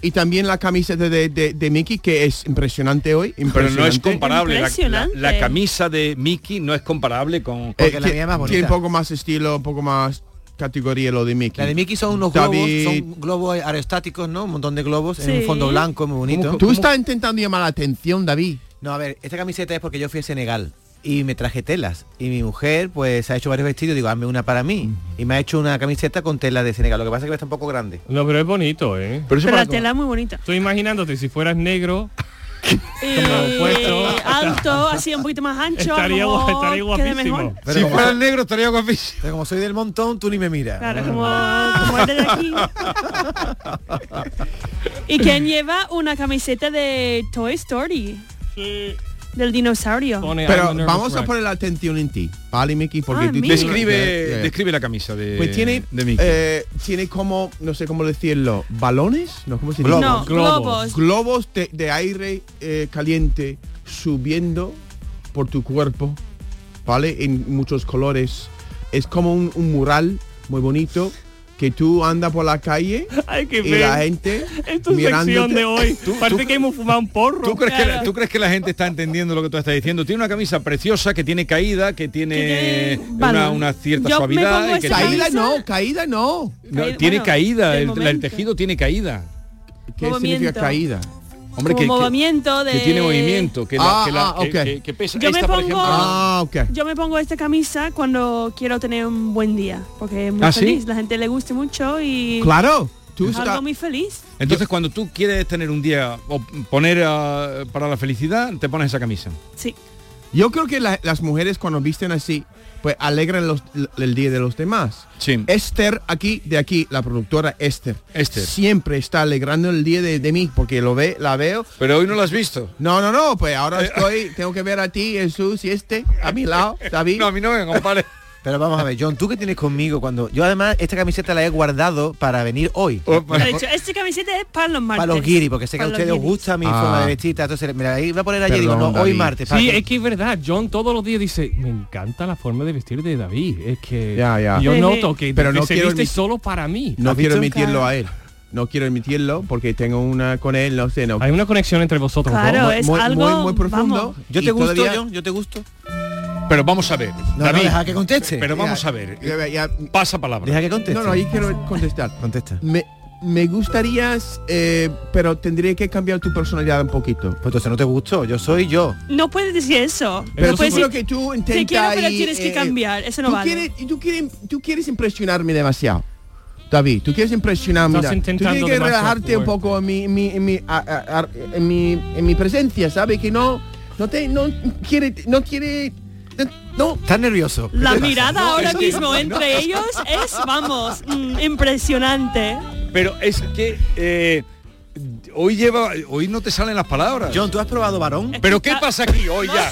[SPEAKER 16] y también la camiseta de, de, de Mickey que es impresionante hoy.
[SPEAKER 13] Pero no es
[SPEAKER 16] impresionante.
[SPEAKER 13] comparable. La, la- la camisa de Mickey no es comparable con...
[SPEAKER 16] Eh, tie- Tiene un poco más estilo, un poco más categoría lo de Mickey.
[SPEAKER 2] La de Mickey son unos
[SPEAKER 16] David-
[SPEAKER 2] globos, son globos aerostáticos, ¿no? Un montón de globos en un
[SPEAKER 16] Sí.
[SPEAKER 2] fondo blanco, muy bonito.
[SPEAKER 16] Tú estás intentando llamar la atención, David.
[SPEAKER 2] No, a ver, esta camiseta es porque yo fui a Senegal y me traje telas. Y mi mujer, pues, ha hecho varios vestidos. Digo, hazme una para mí. Y me ha hecho una camiseta con telas de Senegal. Lo que pasa es que está un poco grande.
[SPEAKER 15] No, pero es bonito, ¿eh?
[SPEAKER 2] Pero eso Pero para la cómo-
[SPEAKER 14] tela es muy bonita.
[SPEAKER 15] Estoy imaginándote si fueras negro,
[SPEAKER 14] Eh,
[SPEAKER 15] puesto.
[SPEAKER 14] alto, así un poquito más ancho.
[SPEAKER 15] Estaría
[SPEAKER 14] como
[SPEAKER 15] guap- estaría
[SPEAKER 14] quede
[SPEAKER 15] guapísimo.
[SPEAKER 14] mejor.
[SPEAKER 2] si fuera negro estaría guapísimo. Pero como soy del montón, tú ni me miras.
[SPEAKER 15] Ah.
[SPEAKER 14] Claro, como, como el de aquí. y quien lleva una camiseta de Toy Story. Del dinosaurio.
[SPEAKER 16] Pero vamos a poner la atención en ti, ¿vale, Mickey? Porque
[SPEAKER 14] Ah,
[SPEAKER 16] tú-
[SPEAKER 14] Mickey.
[SPEAKER 16] Yeah,
[SPEAKER 13] Describe,
[SPEAKER 16] yeah.
[SPEAKER 13] describe la camisa de,
[SPEAKER 16] Pues tiene,
[SPEAKER 13] de Mickey.
[SPEAKER 16] eh, tiene como, no sé cómo decirlo, balones, no, ¿cómo se dice?
[SPEAKER 13] Globos. No, globos.
[SPEAKER 16] Globos de, de aire eh, caliente subiendo por tu cuerpo, ¿vale? En muchos colores. Es como un, un mural muy bonito que tú andas por la calle
[SPEAKER 15] Ay, qué
[SPEAKER 16] y
[SPEAKER 15] bien.
[SPEAKER 16] la gente
[SPEAKER 15] Es tu sección de hoy. Parece que hemos fumado un porro.
[SPEAKER 13] ¿Tú crees, que la, tú crees que la gente está entendiendo lo que tú estás diciendo? Tiene una camisa preciosa que tiene caída, que tiene una,
[SPEAKER 16] valor.
[SPEAKER 13] una cierta suavidad. y que tiene-
[SPEAKER 16] caída no, caída no.
[SPEAKER 13] No, tiene caída, el, el tejido tiene caída.
[SPEAKER 16] ¿Qué significa caída?
[SPEAKER 13] Hombre, que,
[SPEAKER 14] como
[SPEAKER 13] que-
[SPEAKER 14] movimiento de...
[SPEAKER 13] que tiene movimiento, que, la-
[SPEAKER 16] Ah,
[SPEAKER 13] que la-
[SPEAKER 16] ah,
[SPEAKER 13] que-
[SPEAKER 16] ok.
[SPEAKER 13] que- que pesa.
[SPEAKER 14] Yo me
[SPEAKER 13] Esta, por
[SPEAKER 14] pongo-
[SPEAKER 13] ejemplo,
[SPEAKER 14] Ah,
[SPEAKER 16] ok.
[SPEAKER 14] Yo me pongo esta camisa cuando quiero tener un buen día, porque es muy
[SPEAKER 13] ¿Ah, sí?
[SPEAKER 14] feliz, la gente le gusta mucho y...
[SPEAKER 13] Claro, tú
[SPEAKER 14] Es
[SPEAKER 13] está-
[SPEAKER 14] algo muy feliz.
[SPEAKER 13] Entonces, cuando tú quieres tener un día o poner ah, para la felicidad, te pones esa camisa.
[SPEAKER 14] Sí.
[SPEAKER 16] Yo creo que la- las mujeres cuando visten así, pues alegran los- l- el día de los demás. Esther, aquí, de aquí, la productora Esther.
[SPEAKER 13] Esther.
[SPEAKER 16] Siempre está alegrando el día de, de mí, porque lo ve, la veo.
[SPEAKER 13] Pero hoy no la has visto.
[SPEAKER 16] No, no, no, pues ahora estoy, tengo que ver a ti, Jesús y este, a mi lado, David. No, a
[SPEAKER 13] mí no me compare.
[SPEAKER 2] Pero vamos a ver, John, ¿tú qué tienes conmigo cuando...? Yo además esta camiseta la he guardado para venir hoy.
[SPEAKER 16] Oh,
[SPEAKER 14] Pero de hecho, esta camiseta es para los martes.
[SPEAKER 2] Para los guiris, porque sé que a
[SPEAKER 14] Para los
[SPEAKER 2] ustedes os
[SPEAKER 14] guiris.
[SPEAKER 2] gusta mi
[SPEAKER 15] Ah.
[SPEAKER 2] forma de vestir, entonces me la iba a poner ayer y digo, no, hoy martes. para
[SPEAKER 15] Sí,
[SPEAKER 2] que-
[SPEAKER 15] es que es verdad. John todos los días dice, me encanta la forma de vestir de David. Es que
[SPEAKER 16] Ya, ya.
[SPEAKER 15] yo
[SPEAKER 16] Sí, sí.
[SPEAKER 15] noto que,
[SPEAKER 16] Pero
[SPEAKER 15] que
[SPEAKER 16] no
[SPEAKER 15] se
[SPEAKER 16] quiero
[SPEAKER 15] viste
[SPEAKER 16] admitir-
[SPEAKER 15] solo para mí.
[SPEAKER 16] No
[SPEAKER 15] ¿Has
[SPEAKER 16] quiero
[SPEAKER 15] visto?
[SPEAKER 16] admitirlo a él. No quiero admitirlo porque tengo una con él, no sé, no.
[SPEAKER 15] Hay una conexión entre vosotros
[SPEAKER 16] Claro,
[SPEAKER 15] dos.
[SPEAKER 16] es Muy- muy- algo- muy profundo. vamos.
[SPEAKER 2] Yo
[SPEAKER 16] y
[SPEAKER 2] te gusto,
[SPEAKER 16] todavía-
[SPEAKER 2] John, yo te gusto.
[SPEAKER 13] Pero vamos a ver.
[SPEAKER 2] No,
[SPEAKER 13] David,
[SPEAKER 2] no, deja que conteste.
[SPEAKER 13] Pero vamos a ver. Pasa palabra.
[SPEAKER 2] Deja que conteste.
[SPEAKER 16] No, no, ahí quiero contestar.
[SPEAKER 2] Contesta.
[SPEAKER 16] Me, me gustaría, eh, pero tendría que cambiar tu personalidad un poquito.
[SPEAKER 2] Pues entonces no te gustó, yo soy yo.
[SPEAKER 14] No puedes decir eso.
[SPEAKER 16] Pero
[SPEAKER 14] no puedes
[SPEAKER 16] seguro
[SPEAKER 14] decir,
[SPEAKER 16] que
[SPEAKER 14] Te
[SPEAKER 16] tú
[SPEAKER 14] quiero,
[SPEAKER 16] intentas
[SPEAKER 14] pero
[SPEAKER 16] ahí,
[SPEAKER 14] tienes que
[SPEAKER 16] eh,
[SPEAKER 14] cambiar. Eso no
[SPEAKER 16] tú
[SPEAKER 14] vale.
[SPEAKER 16] Quieres, tú, quieres, tú quieres impresionarme demasiado. David, tú quieres impresionarme.
[SPEAKER 15] Estás
[SPEAKER 16] mira. Tú
[SPEAKER 15] intentando
[SPEAKER 16] tienes que
[SPEAKER 15] demasiado
[SPEAKER 16] relajarte un
[SPEAKER 15] fuerte.
[SPEAKER 16] poco en mi, en mi, en mi, a- a- a- en mi, en mi presencia, ¿sabes? Que no, no te, no quiere, no quiere, no.
[SPEAKER 2] Estás nervioso.
[SPEAKER 14] La mirada ahora
[SPEAKER 13] es que-
[SPEAKER 14] mismo entre
[SPEAKER 13] no.
[SPEAKER 14] ellos es, vamos, mm, impresionante.
[SPEAKER 13] Pero es que eh, hoy lleva, hoy no te salen las palabras.
[SPEAKER 2] John, ¿tú has probado varón?
[SPEAKER 13] Pero qué pasa aquí hoy ya.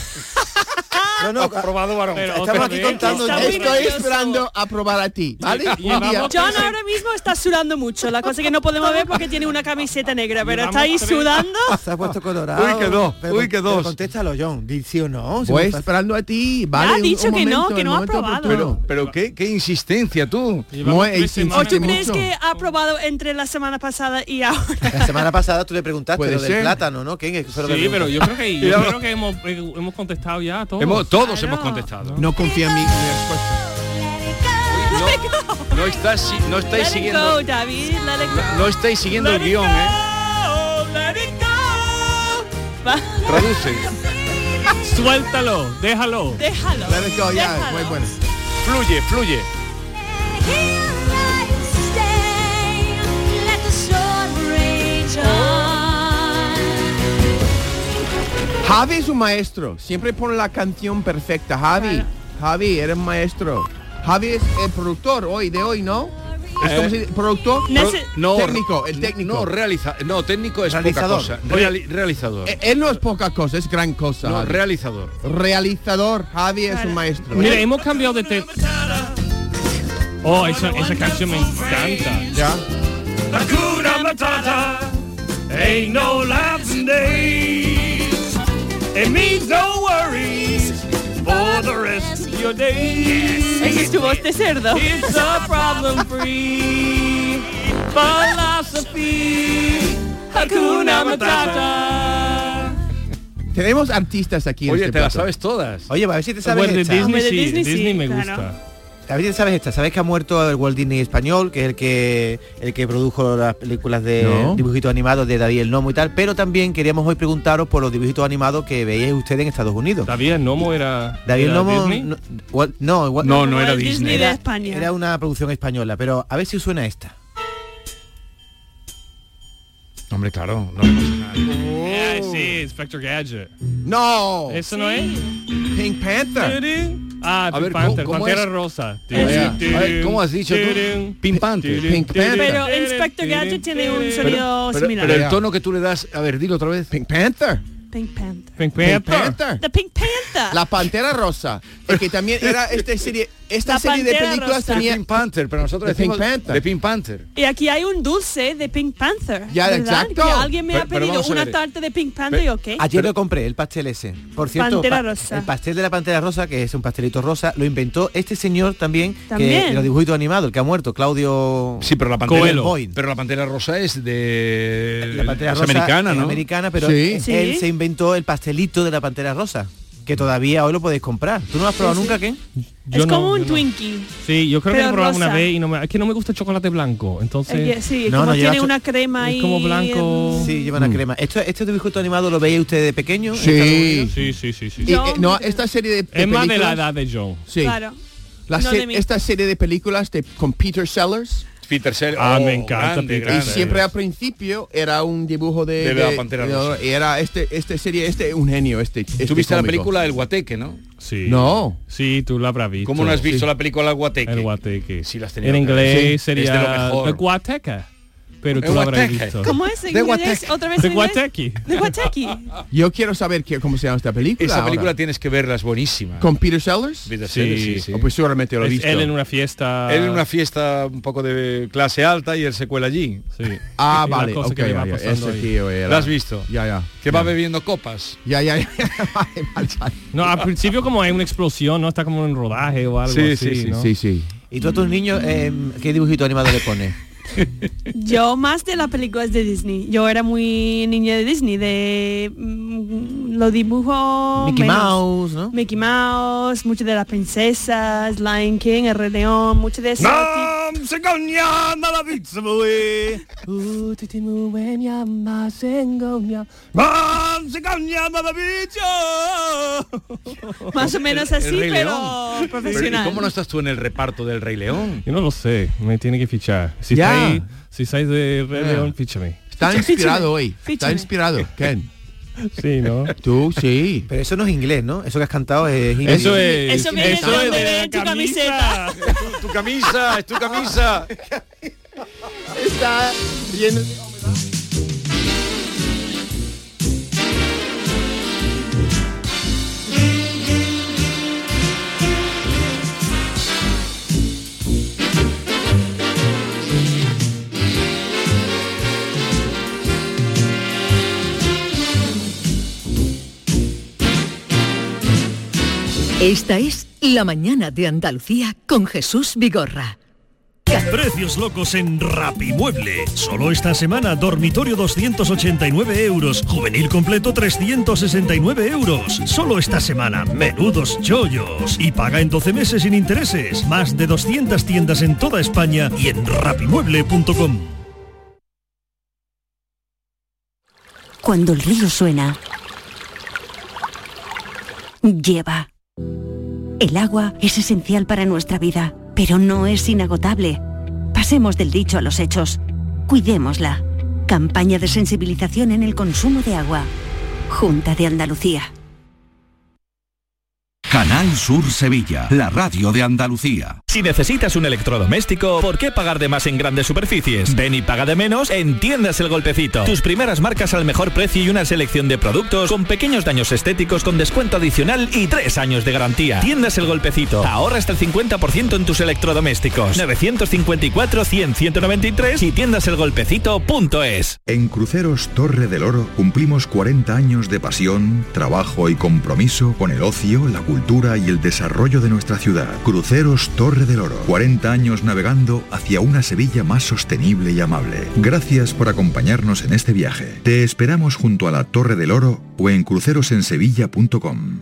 [SPEAKER 2] No, no,
[SPEAKER 13] has probado varón.
[SPEAKER 16] Estamos aquí contando. Estoy esperando a probar a ti, ¿vale? Un día.
[SPEAKER 14] John ahora mismo está sudando mucho, la cosa que no podemos ver porque tiene una camiseta negra, pero está ahí sudando.
[SPEAKER 2] Se ha puesto colorado.
[SPEAKER 16] Uy, que dos,
[SPEAKER 2] Pero-
[SPEAKER 16] uy, que
[SPEAKER 2] pero
[SPEAKER 16] dos.
[SPEAKER 2] Contéstalo, John. Di sí o no. si
[SPEAKER 16] Voy
[SPEAKER 2] me pasa-
[SPEAKER 16] esperando a ti, ¿vale?
[SPEAKER 14] Ya ha
[SPEAKER 16] Un-
[SPEAKER 14] dicho
[SPEAKER 16] un
[SPEAKER 14] que no,
[SPEAKER 16] momento,
[SPEAKER 14] que
[SPEAKER 16] el
[SPEAKER 14] no ha
[SPEAKER 16] momento
[SPEAKER 14] probado.
[SPEAKER 16] oportuno.
[SPEAKER 13] Pero qué, qué insistencia tú.
[SPEAKER 16] Llevamos Muy tres
[SPEAKER 14] ¿O tú crees que ha probado entre la semana pasada y ahora?
[SPEAKER 2] La semana pasada tú le preguntaste
[SPEAKER 15] Puede
[SPEAKER 2] lo del
[SPEAKER 15] ser.
[SPEAKER 2] plátano, ¿no? ¿Quién es?
[SPEAKER 15] Sí, pero yo creo que, yo creo que hemos, eh, hemos contestado ya a todos.
[SPEAKER 13] Hemos- todos hemos contestado.
[SPEAKER 16] No confía en mí.
[SPEAKER 13] No estás, si- no
[SPEAKER 14] Let
[SPEAKER 13] estáis
[SPEAKER 14] it
[SPEAKER 13] siguiendo.
[SPEAKER 14] go, David, let it
[SPEAKER 13] No,
[SPEAKER 14] go.
[SPEAKER 13] no estáis siguiendo el
[SPEAKER 14] Let it
[SPEAKER 13] guión, ¿eh?
[SPEAKER 14] go, Oh, let it go. Va.
[SPEAKER 13] Traduce.
[SPEAKER 15] Suéltalo, déjalo.
[SPEAKER 14] Déjalo.
[SPEAKER 16] Let it go, pues. ya,
[SPEAKER 14] déjalo.
[SPEAKER 16] muy bueno.
[SPEAKER 13] Fluye, fluye.
[SPEAKER 26] ah. Let the sun rage on.
[SPEAKER 16] Javi es un maestro. Siempre pone la canción perfecta. Javi, Javi, eres maestro. Javi es el productor hoy de hoy, ¿no? Es como si- productor
[SPEAKER 13] no,
[SPEAKER 16] técnico, el técnico.
[SPEAKER 13] No, realiza, no técnico es
[SPEAKER 16] Realizador.
[SPEAKER 13] poca cosa.
[SPEAKER 16] Oye,
[SPEAKER 13] Reali- realizador.
[SPEAKER 16] Eh, Él no es poca cosa, es gran cosa.
[SPEAKER 13] No,
[SPEAKER 16] Javi.
[SPEAKER 13] realizador.
[SPEAKER 16] Realizador, Javi es un maestro.
[SPEAKER 15] Mira, hemos cambiado de tema. Oh, esa, esa canción me encanta.
[SPEAKER 16] Ya.
[SPEAKER 26] Hakuna Matata ain't no laughs and days. It means no worries for the rest of your days.
[SPEAKER 14] Esa es tu voz de cerdo.
[SPEAKER 26] It's a problem free philosophy. Hakuna Matata.
[SPEAKER 16] Tenemos artistas aquí. en
[SPEAKER 25] Oye,
[SPEAKER 16] este
[SPEAKER 25] te la
[SPEAKER 16] plato.
[SPEAKER 25] sabes todas. Oye, a ver si te sabes
[SPEAKER 16] Bueno, de
[SPEAKER 25] esta.
[SPEAKER 16] Disney Hombre, de sí, Disney Disney sí, me claro. gusta.
[SPEAKER 25] A ver si te sabes esta. ¿Sabes que ha muerto el Walt Disney español, que es el que el que produjo las películas de
[SPEAKER 16] No.
[SPEAKER 25] dibujitos animados de David el Nomo y tal? Pero también queríamos hoy preguntaros por los dibujitos animados que veíais ustedes en Estados Unidos.
[SPEAKER 15] David el Nomo era.
[SPEAKER 25] David
[SPEAKER 15] era
[SPEAKER 25] Nomo
[SPEAKER 15] Disney.
[SPEAKER 25] no, Walt- no, Walt-
[SPEAKER 15] No, no era Walt Disney. Disney de
[SPEAKER 25] Era-
[SPEAKER 14] España.
[SPEAKER 25] Era una producción española, pero a ver si os suena esta.
[SPEAKER 13] Hombre, claro. Oh.
[SPEAKER 15] Yeah, sí, Inspector Gadget.
[SPEAKER 16] No.
[SPEAKER 15] ¿Eso no es?
[SPEAKER 16] Pink Panther.
[SPEAKER 15] Ah,
[SPEAKER 13] A
[SPEAKER 15] Pink
[SPEAKER 13] ver, ¿cómo-
[SPEAKER 15] Panther,
[SPEAKER 13] cómo
[SPEAKER 15] Pantera
[SPEAKER 13] es?
[SPEAKER 15] Rosa.
[SPEAKER 13] A ver, a ver, ¿cómo has dicho tú? Pink Panther.
[SPEAKER 16] Pink Panther.
[SPEAKER 14] Pero Inspector Gadget tiene un sonido similar.
[SPEAKER 13] pero el tono que tú le das, a ver, dilo otra vez.
[SPEAKER 16] Pink Panther.
[SPEAKER 14] Pink Panther.
[SPEAKER 15] Pink
[SPEAKER 16] Panther.
[SPEAKER 14] The Pink Panther.
[SPEAKER 16] La Pantera Rosa. Es que también era esta serie, esta
[SPEAKER 14] La
[SPEAKER 16] serie de
[SPEAKER 14] Pantera
[SPEAKER 16] películas
[SPEAKER 14] Rosa.
[SPEAKER 16] tenía
[SPEAKER 14] Pink
[SPEAKER 13] Panther, pero nosotros
[SPEAKER 16] The
[SPEAKER 13] decimos
[SPEAKER 16] Pink Panther.
[SPEAKER 13] de Pink Panther.
[SPEAKER 14] Y aquí hay un dulce de Pink Panther.
[SPEAKER 25] Ya,
[SPEAKER 14] ¿verdad?
[SPEAKER 25] exacto.
[SPEAKER 14] Que alguien me
[SPEAKER 25] Pero-
[SPEAKER 14] ha
[SPEAKER 25] pero
[SPEAKER 14] pedido
[SPEAKER 25] vamos a
[SPEAKER 14] una
[SPEAKER 25] ver.
[SPEAKER 14] tarta de Pink Panther y yo qué.
[SPEAKER 25] Ayer lo compré, el pastel ese. Por cierto,
[SPEAKER 14] Pantera
[SPEAKER 25] pa-
[SPEAKER 14] rosa.
[SPEAKER 25] el pastel de la Pantera Rosa, que es un pastelito rosa, lo inventó este señor también,
[SPEAKER 13] También.
[SPEAKER 25] que los dibujitos animados, el que ha muerto, Claudio
[SPEAKER 13] Sí, pero la pantera,
[SPEAKER 25] Coelho. Boy.
[SPEAKER 13] pero la pantera rosa es de
[SPEAKER 25] La Pantera
[SPEAKER 13] es
[SPEAKER 25] Rosa
[SPEAKER 13] americana,
[SPEAKER 25] es
[SPEAKER 13] ¿no?
[SPEAKER 25] americana, pero
[SPEAKER 13] Sí.
[SPEAKER 25] él
[SPEAKER 13] Sí.
[SPEAKER 25] se inventó el pastelito de la Pantera Rosa, que todavía hoy lo podéis comprar. ¿Tú no lo has probado
[SPEAKER 14] Sí, sí.
[SPEAKER 25] nunca, qué?
[SPEAKER 15] Yo
[SPEAKER 14] es
[SPEAKER 15] no,
[SPEAKER 14] como un
[SPEAKER 15] yo no.
[SPEAKER 14] Twinkie.
[SPEAKER 15] Sí, yo creo que
[SPEAKER 14] Pero
[SPEAKER 15] lo he probado
[SPEAKER 14] rosa.
[SPEAKER 15] una vez y no me, es que no me gusta el chocolate blanco,
[SPEAKER 14] Es que
[SPEAKER 15] entonces.
[SPEAKER 14] sí, como tiene una crema y...
[SPEAKER 25] Sí, lleva una crema. Esto, este dibujito animado lo veía usted de pequeño. en Estados
[SPEAKER 16] Sí.
[SPEAKER 25] Unidos?
[SPEAKER 15] Sí, sí, sí, sí.
[SPEAKER 16] Y, eh, no, esta serie de, de
[SPEAKER 15] es más de la
[SPEAKER 16] películas-
[SPEAKER 15] edad de John.
[SPEAKER 16] Sí. La
[SPEAKER 15] No
[SPEAKER 16] se-
[SPEAKER 15] de mí.
[SPEAKER 16] esta serie de películas de, con Peter Sellers.
[SPEAKER 13] Peter Sellers.
[SPEAKER 25] oh,
[SPEAKER 15] Ah, me encanta
[SPEAKER 13] Oh, grande,
[SPEAKER 15] Peter
[SPEAKER 13] grande.
[SPEAKER 16] Y siempre al principio era un dibujo de,
[SPEAKER 13] De la Pantera Rosa.
[SPEAKER 16] y era este este serie este un genio este. este
[SPEAKER 13] Tú viste la
[SPEAKER 16] cómico.
[SPEAKER 13] película El Guateque, ¿no?
[SPEAKER 15] Sí.
[SPEAKER 16] No.
[SPEAKER 15] Sí, tú la habrás visto.
[SPEAKER 13] ¿Cómo no has visto
[SPEAKER 15] Sí.
[SPEAKER 13] la película El Guateque? El
[SPEAKER 15] Guateque.
[SPEAKER 13] Sí, las tenía
[SPEAKER 15] En
[SPEAKER 13] que ver. Sí,
[SPEAKER 15] inglés
[SPEAKER 13] es
[SPEAKER 15] sería
[SPEAKER 13] de lo mejor.
[SPEAKER 15] The Guateca. Pero tú
[SPEAKER 16] The
[SPEAKER 15] lo habrás
[SPEAKER 16] Guateque.
[SPEAKER 15] visto.
[SPEAKER 14] ¿Cómo es en
[SPEAKER 16] De
[SPEAKER 14] inglés?
[SPEAKER 16] Guateque.
[SPEAKER 14] ¿Otra vez
[SPEAKER 16] De
[SPEAKER 14] en inglés?
[SPEAKER 15] Guateque.
[SPEAKER 14] De Guateque.
[SPEAKER 16] Yo quiero saber qué- cómo se llama esta película.
[SPEAKER 13] Esa
[SPEAKER 16] ahora.
[SPEAKER 13] película tienes que verla, es buenísima.
[SPEAKER 16] con Peter Sellers.
[SPEAKER 13] Peter Sellers, sí, Ah, sí.
[SPEAKER 16] Oh, pues seguramente lo he
[SPEAKER 13] Es
[SPEAKER 16] visto.
[SPEAKER 13] él en
[SPEAKER 15] una fiesta.
[SPEAKER 13] Él en una fiesta un poco de clase alta y el secuela allí.
[SPEAKER 15] Sí.
[SPEAKER 16] Ah, vale. ok, ya, ya, ese tío era-
[SPEAKER 13] ¿La has visto?
[SPEAKER 16] Ya, ya.
[SPEAKER 13] Que va bebiendo copas.
[SPEAKER 16] Ya, ya, ya.
[SPEAKER 15] No, al principio como hay una explosión, ¿no? Está como en rodaje o algo así, ¿no?
[SPEAKER 25] ¿Y tú a tus niños eh, qué dibujito animado le pones?
[SPEAKER 14] Yo más de las películas de Disney. Yo era muy niña de Disney, de mm, lo dibujo.
[SPEAKER 25] Mickey
[SPEAKER 14] Mouse, ¿no? Mickey Mouse, muchas de las princesas, Lion King, El Rey León, muchas de esas. Más o menos
[SPEAKER 13] El- el
[SPEAKER 14] así,
[SPEAKER 13] Rey
[SPEAKER 14] pero
[SPEAKER 13] León. Pero, ¿y
[SPEAKER 14] profesional.
[SPEAKER 13] ¿Cómo no estás tú en el reparto del Rey León?
[SPEAKER 15] Yo no lo sé, me tiene que fichar. Si
[SPEAKER 13] Ya.
[SPEAKER 15] estáis si estáis de Rey
[SPEAKER 13] Ya.
[SPEAKER 15] León, fíchame.
[SPEAKER 16] Está
[SPEAKER 15] Fíchame.
[SPEAKER 16] inspirado hoy. Está
[SPEAKER 15] Fíchame.
[SPEAKER 16] inspirado. Ken.
[SPEAKER 15] Sí, ¿no?
[SPEAKER 16] Tú sí.
[SPEAKER 25] Pero eso no es inglés, ¿no? Eso que has cantado es inglés.
[SPEAKER 15] Eso es-
[SPEAKER 14] Eso viene
[SPEAKER 15] Eso
[SPEAKER 14] de
[SPEAKER 15] es
[SPEAKER 14] donde
[SPEAKER 15] de la
[SPEAKER 14] ve tu
[SPEAKER 15] camisa.
[SPEAKER 14] camiseta. Ah,
[SPEAKER 13] Tu camisa, es tu camisa.
[SPEAKER 16] Está lleno de
[SPEAKER 11] Esta es La mañana de Andalucía con Jesús Vigorra.
[SPEAKER 28] Precios locos en Rapimueble. Solo esta semana, dormitorio 289 euros, juvenil completo 369 euros. Solo esta semana, menudos chollos. Y paga en 12 meses sin intereses. Más de 200 tiendas en toda España y en rapimueble.com.
[SPEAKER 29] Cuando el río suena, lleva. El agua es esencial para nuestra vida, pero no es inagotable. Pasemos del dicho a los hechos. Cuidémosla. Campaña de sensibilización en el consumo de agua. Junta de Andalucía.
[SPEAKER 12] Canal Sur Sevilla, la radio de Andalucía.
[SPEAKER 13] Si necesitas un electrodoméstico, ¿por qué pagar de más en grandes superficies? Ven y paga de menos en Tiendas El Golpecito. Tus primeras marcas al mejor precio y una selección de productos con pequeños daños estéticos con descuento adicional y tres años de garantía. Tiendas El Golpecito. Ahorra hasta el 50% en tus electrodomésticos. 954-100-193 y tiendaselgolpecito.es.
[SPEAKER 21] En Cruceros Torre del Oro cumplimos 40 años de pasión, trabajo y compromiso con el ocio, la cultura y el desarrollo de nuestra ciudad. Cruceros Torre del Oro, 40 años navegando hacia una Sevilla más sostenible y amable. Gracias por acompañarnos en este viaje. Te esperamos junto a la Torre del Oro o en crucerosensevilla.com.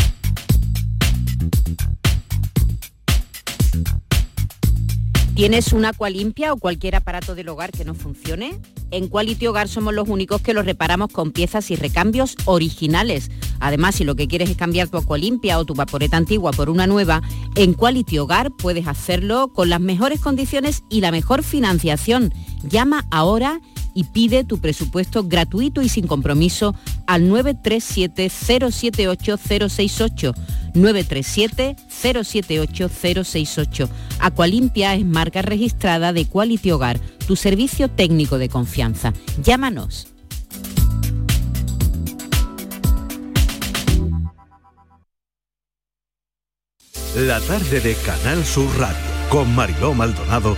[SPEAKER 23] ¿Tienes un agua limpia o cualquier aparato del hogar que no funcione? En Quality Hogar somos los únicos que los reparamos con piezas y recambios originales. Además, si lo que quieres es cambiar tu agua limpia o tu vaporeta antigua por una nueva, en Quality Hogar puedes hacerlo con las mejores condiciones y la mejor financiación. Llama ahora y pide tu presupuesto gratuito y sin compromiso al 937-078-068. 937-078-068. Aqualimpia es marca registrada de Quality Hogar, tu servicio técnico de confianza. Llámanos.
[SPEAKER 12] La tarde de Canal Sur Radio con Mariló Maldonado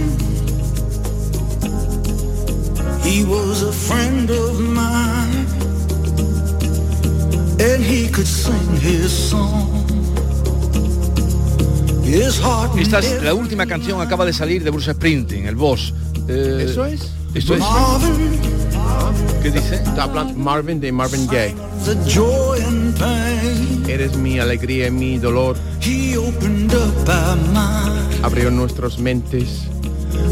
[SPEAKER 26] He was a friend of mine And he could sing his song His heart
[SPEAKER 25] Esta es la última canción acaba de salir de Bruce Sprinting, el boss. Eh,
[SPEAKER 16] ¿Eso es?
[SPEAKER 25] Esto es.
[SPEAKER 16] Marvin.
[SPEAKER 25] ¿Qué dice?
[SPEAKER 16] Está hablando Marvin de Marvin Gaye.
[SPEAKER 26] The joy and pain
[SPEAKER 16] Eres mi alegría y mi dolor.
[SPEAKER 26] He opened up our mind
[SPEAKER 16] Abrió nuestras mentes.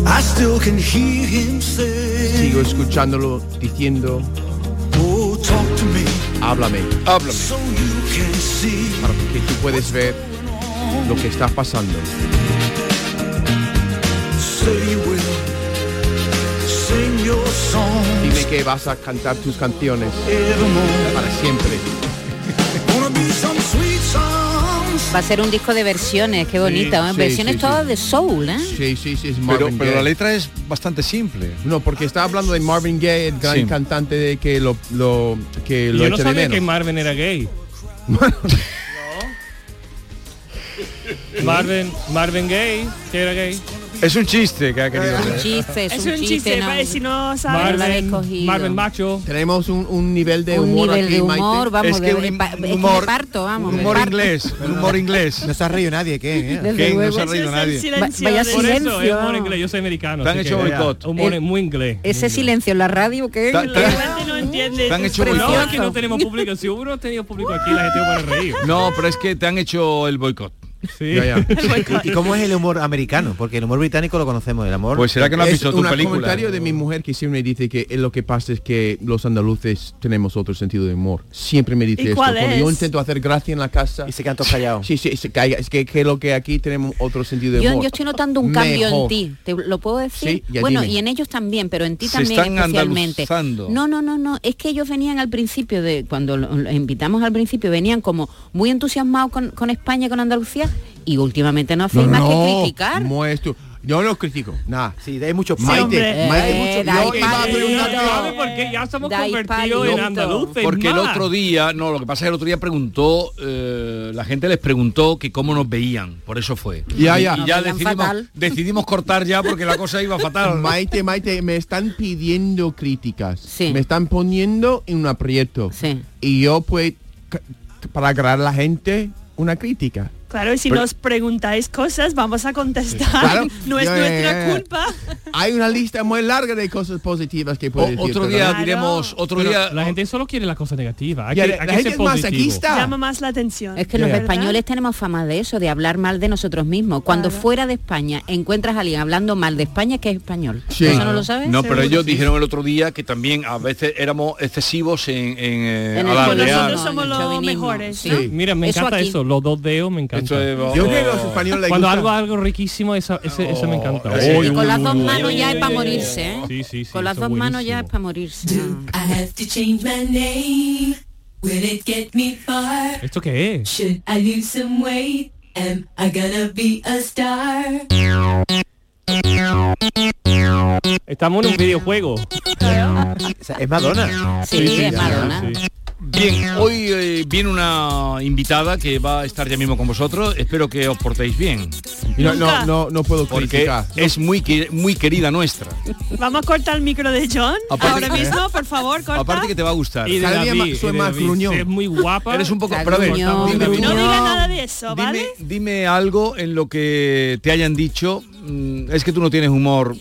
[SPEAKER 26] I still can hear him say
[SPEAKER 16] Sigo escuchándolo diciendo,
[SPEAKER 26] Oh, talk to me
[SPEAKER 16] háblame,
[SPEAKER 25] háblame,
[SPEAKER 26] so you can see
[SPEAKER 16] para que tú puedes ver lo que está pasando.
[SPEAKER 26] Say you will Sing your song
[SPEAKER 16] Dime que vas a cantar tus canciones
[SPEAKER 26] evermore
[SPEAKER 16] para siempre.
[SPEAKER 26] Gonna be some sweet songs
[SPEAKER 23] Va a ser un disco de versiones, qué bonito. ¿eh?
[SPEAKER 16] sí,
[SPEAKER 23] versiones
[SPEAKER 16] sí,
[SPEAKER 23] todas de soul, ¿eh?
[SPEAKER 16] Sí, sí, sí, es Marvin
[SPEAKER 25] Pero, pero la
[SPEAKER 16] Gaye.
[SPEAKER 25] letra es bastante simple.
[SPEAKER 16] No, porque está hablando de Marvin Gaye, el gran
[SPEAKER 25] Sí.
[SPEAKER 16] cantante de que lo, lo- que lo
[SPEAKER 15] Yo no
[SPEAKER 16] echa de
[SPEAKER 15] sabía
[SPEAKER 16] menos.
[SPEAKER 15] que Marvin era gay. Marvin, Marvin gay, que era gay.
[SPEAKER 25] Es un chiste que ha querido
[SPEAKER 14] Es un
[SPEAKER 25] hacer.
[SPEAKER 23] Chiste, es,
[SPEAKER 14] Es
[SPEAKER 23] un,
[SPEAKER 14] un
[SPEAKER 23] chiste,
[SPEAKER 14] chiste,
[SPEAKER 23] ¿no?
[SPEAKER 14] pa- si no
[SPEAKER 23] No
[SPEAKER 14] sabes...
[SPEAKER 23] lo habéis cogido.
[SPEAKER 15] Marvin macho.
[SPEAKER 16] Tenemos un, un nivel de
[SPEAKER 23] un
[SPEAKER 16] humor
[SPEAKER 23] nivel
[SPEAKER 16] aquí,
[SPEAKER 23] de
[SPEAKER 16] Maite.
[SPEAKER 23] humor, vamos,
[SPEAKER 25] Es que
[SPEAKER 23] de,
[SPEAKER 25] un
[SPEAKER 23] de pa- es que
[SPEAKER 25] humor-
[SPEAKER 23] me parto, vamos. me
[SPEAKER 25] Humor
[SPEAKER 23] parto.
[SPEAKER 25] inglés, un humor inglés.
[SPEAKER 30] No se ha reído nadie, ¿qué? eh?
[SPEAKER 23] Desde
[SPEAKER 25] Que no
[SPEAKER 23] luego.
[SPEAKER 25] se ha reído nadie.
[SPEAKER 23] silencio vaya de-
[SPEAKER 15] Por eso es
[SPEAKER 23] silencio.
[SPEAKER 15] humor inglés, yo soy americano.
[SPEAKER 25] Te han
[SPEAKER 15] así
[SPEAKER 25] hecho
[SPEAKER 15] que-
[SPEAKER 25] boicot.
[SPEAKER 15] Humor
[SPEAKER 23] Eh,
[SPEAKER 15] muy inglés.
[SPEAKER 23] Ese silencio en la radio que
[SPEAKER 25] Ta-
[SPEAKER 14] La
[SPEAKER 25] ta-
[SPEAKER 14] gente no entiende.
[SPEAKER 25] Te han
[SPEAKER 14] esto
[SPEAKER 25] hecho
[SPEAKER 14] es
[SPEAKER 25] boicot.
[SPEAKER 15] Eh, No,
[SPEAKER 14] precioso.
[SPEAKER 15] es que no tenemos público. Si hubiera tenido público aquí, la gente hubiera reído.
[SPEAKER 25] No, pero es que te han hecho el boicot.
[SPEAKER 2] Sí. ¿Y, y cómo es el humor americano? Porque el humor británico lo conocemos, el amor.
[SPEAKER 13] Pues será que no has
[SPEAKER 16] Es
[SPEAKER 13] visto tu
[SPEAKER 16] un
[SPEAKER 13] película.
[SPEAKER 16] comentario de mi mujer que siempre me dice que eh, lo que pasa es que los andaluces tenemos otro sentido de humor. Siempre me dice
[SPEAKER 27] ¿Y
[SPEAKER 16] esto.
[SPEAKER 27] cuál
[SPEAKER 16] Cuando yo
[SPEAKER 27] es?
[SPEAKER 16] intento hacer gracia en la casa. Y
[SPEAKER 2] se quedan todos callados.
[SPEAKER 16] Sí, sí, se calla. Es que, que lo que aquí tenemos otro sentido de
[SPEAKER 23] Yo,
[SPEAKER 16] humor.
[SPEAKER 23] yo estoy notando un cambio en
[SPEAKER 16] Mejor.
[SPEAKER 23] ti, ¿te lo puedo decir?
[SPEAKER 16] Sí, ya
[SPEAKER 23] bueno,
[SPEAKER 16] dime.
[SPEAKER 23] y en ellos también, pero en ti
[SPEAKER 16] Se
[SPEAKER 23] también
[SPEAKER 16] están
[SPEAKER 23] especialmente.
[SPEAKER 16] andaluzando.
[SPEAKER 23] No, no, no, no, es que ellos venían al principio de cuando lo- los invitamos al principio venían como muy entusiasmados con, con España, con Andalucía y últimamente no hacéis más que criticar.
[SPEAKER 16] mueres tú. Yo no critico, nada.
[SPEAKER 2] Sí, hay mucho
[SPEAKER 16] Maite,
[SPEAKER 23] hombre.
[SPEAKER 16] Maite,
[SPEAKER 23] Eh,
[SPEAKER 16] mucho-
[SPEAKER 23] dais
[SPEAKER 16] yo iba a preguntar-
[SPEAKER 23] palito.
[SPEAKER 15] Porque ya somos
[SPEAKER 23] Dais
[SPEAKER 15] convertidos
[SPEAKER 23] palito.
[SPEAKER 15] en andaluces.
[SPEAKER 13] Porque el
[SPEAKER 15] más.
[SPEAKER 13] otro día, no, lo que pasa es que el otro día preguntó, eh, la gente les preguntó que cómo nos veían, por eso fue.
[SPEAKER 16] Ya,
[SPEAKER 13] Y- Y
[SPEAKER 16] ya.
[SPEAKER 13] ya
[SPEAKER 16] Nos veían
[SPEAKER 13] decidimos,
[SPEAKER 16] fatal.
[SPEAKER 13] decidimos cortar ya porque la cosa iba fatal.
[SPEAKER 16] Maite, Maite, me están pidiendo críticas. Me están poniendo en un aprieto. Y yo, pues, ca- para agradar a la gente, una crítica.
[SPEAKER 14] Claro, y si
[SPEAKER 16] Pero-
[SPEAKER 14] nos preguntáis cosas, vamos a contestar.
[SPEAKER 16] Claro.
[SPEAKER 14] no es
[SPEAKER 16] Ya, ya, ya,
[SPEAKER 14] nuestra
[SPEAKER 16] ya.
[SPEAKER 14] culpa.
[SPEAKER 16] Hay una lista muy larga de cosas positivas que puedo decir. pero- Pero-
[SPEAKER 15] La gente solo quiere las cosas negativas. Hay
[SPEAKER 16] Ya,
[SPEAKER 15] que,
[SPEAKER 16] la
[SPEAKER 15] hay que
[SPEAKER 16] gente
[SPEAKER 15] ser
[SPEAKER 16] es más
[SPEAKER 15] positivo.
[SPEAKER 14] Llama más la
[SPEAKER 15] Eh,
[SPEAKER 14] atención.
[SPEAKER 23] Es que los españoles tenemos fama de eso, de hablar mal de nosotros mismos. Cuando fuera de España encuentras a alguien hablando mal de España es que es español. ¿Eso no lo sabes?
[SPEAKER 13] No, pero ellos dijeron el otro día que también a veces éramos excesivos en, en, eh,
[SPEAKER 23] En el-
[SPEAKER 13] alardear.
[SPEAKER 23] nosotros somos los Chauvinismo, mejores, sí. ¿no?
[SPEAKER 15] Mira, me
[SPEAKER 23] Eso
[SPEAKER 15] encanta
[SPEAKER 23] aquí.
[SPEAKER 15] eso, los dos dedos me encanta.
[SPEAKER 13] Esto es- Yo creo que a los españoles les
[SPEAKER 15] Cuando
[SPEAKER 13] gusta-
[SPEAKER 15] algo algo riquísimo, esa- ese, ese me encanta.
[SPEAKER 13] Sí.
[SPEAKER 15] Uy,
[SPEAKER 13] Y con
[SPEAKER 15] uy,
[SPEAKER 13] las
[SPEAKER 15] uy,
[SPEAKER 13] dos
[SPEAKER 15] uy,
[SPEAKER 23] manos
[SPEAKER 15] uy,
[SPEAKER 23] ya
[SPEAKER 15] uy,
[SPEAKER 23] es pa'
[SPEAKER 15] uy,
[SPEAKER 23] morirse, ¿eh?
[SPEAKER 15] Sí, sí, sí.
[SPEAKER 23] Con las
[SPEAKER 15] eso
[SPEAKER 23] dos
[SPEAKER 15] es
[SPEAKER 23] manos ya es para morirse.
[SPEAKER 31] I have to change my name. Will it get me far?
[SPEAKER 15] buenísimo. ¿Esto qué es?
[SPEAKER 31] Should I lose some weight? Am I gonna be a star?
[SPEAKER 15] Estamos en un videojuego.
[SPEAKER 2] es Madonna.
[SPEAKER 13] Sí, es Madonna. Bien, hoy eh, viene una invitada que va a estar ya mismo con vosotros. Espero que os portéis bien.
[SPEAKER 16] No, no, no, no puedo
[SPEAKER 13] Porque
[SPEAKER 16] criticar.
[SPEAKER 13] es muy, que- muy querida nuestra.
[SPEAKER 14] Vamos a cortar el micro de John.
[SPEAKER 13] Aparte-
[SPEAKER 14] Ahora mismo, por favor, corta.
[SPEAKER 13] Aparte que te va a gustar.
[SPEAKER 15] Y de Cada día David, ma- soy y de más David. gruñón. Es muy guapa.
[SPEAKER 13] Eres un poco...
[SPEAKER 15] Está
[SPEAKER 13] Pero a ver,
[SPEAKER 15] gruñón,
[SPEAKER 13] dime,
[SPEAKER 15] gruñón.
[SPEAKER 13] dime-
[SPEAKER 14] No diga nada de eso, ¿vale?
[SPEAKER 13] dime, dime algo en lo que te hayan dicho. Mm, Es que tú no tienes humor.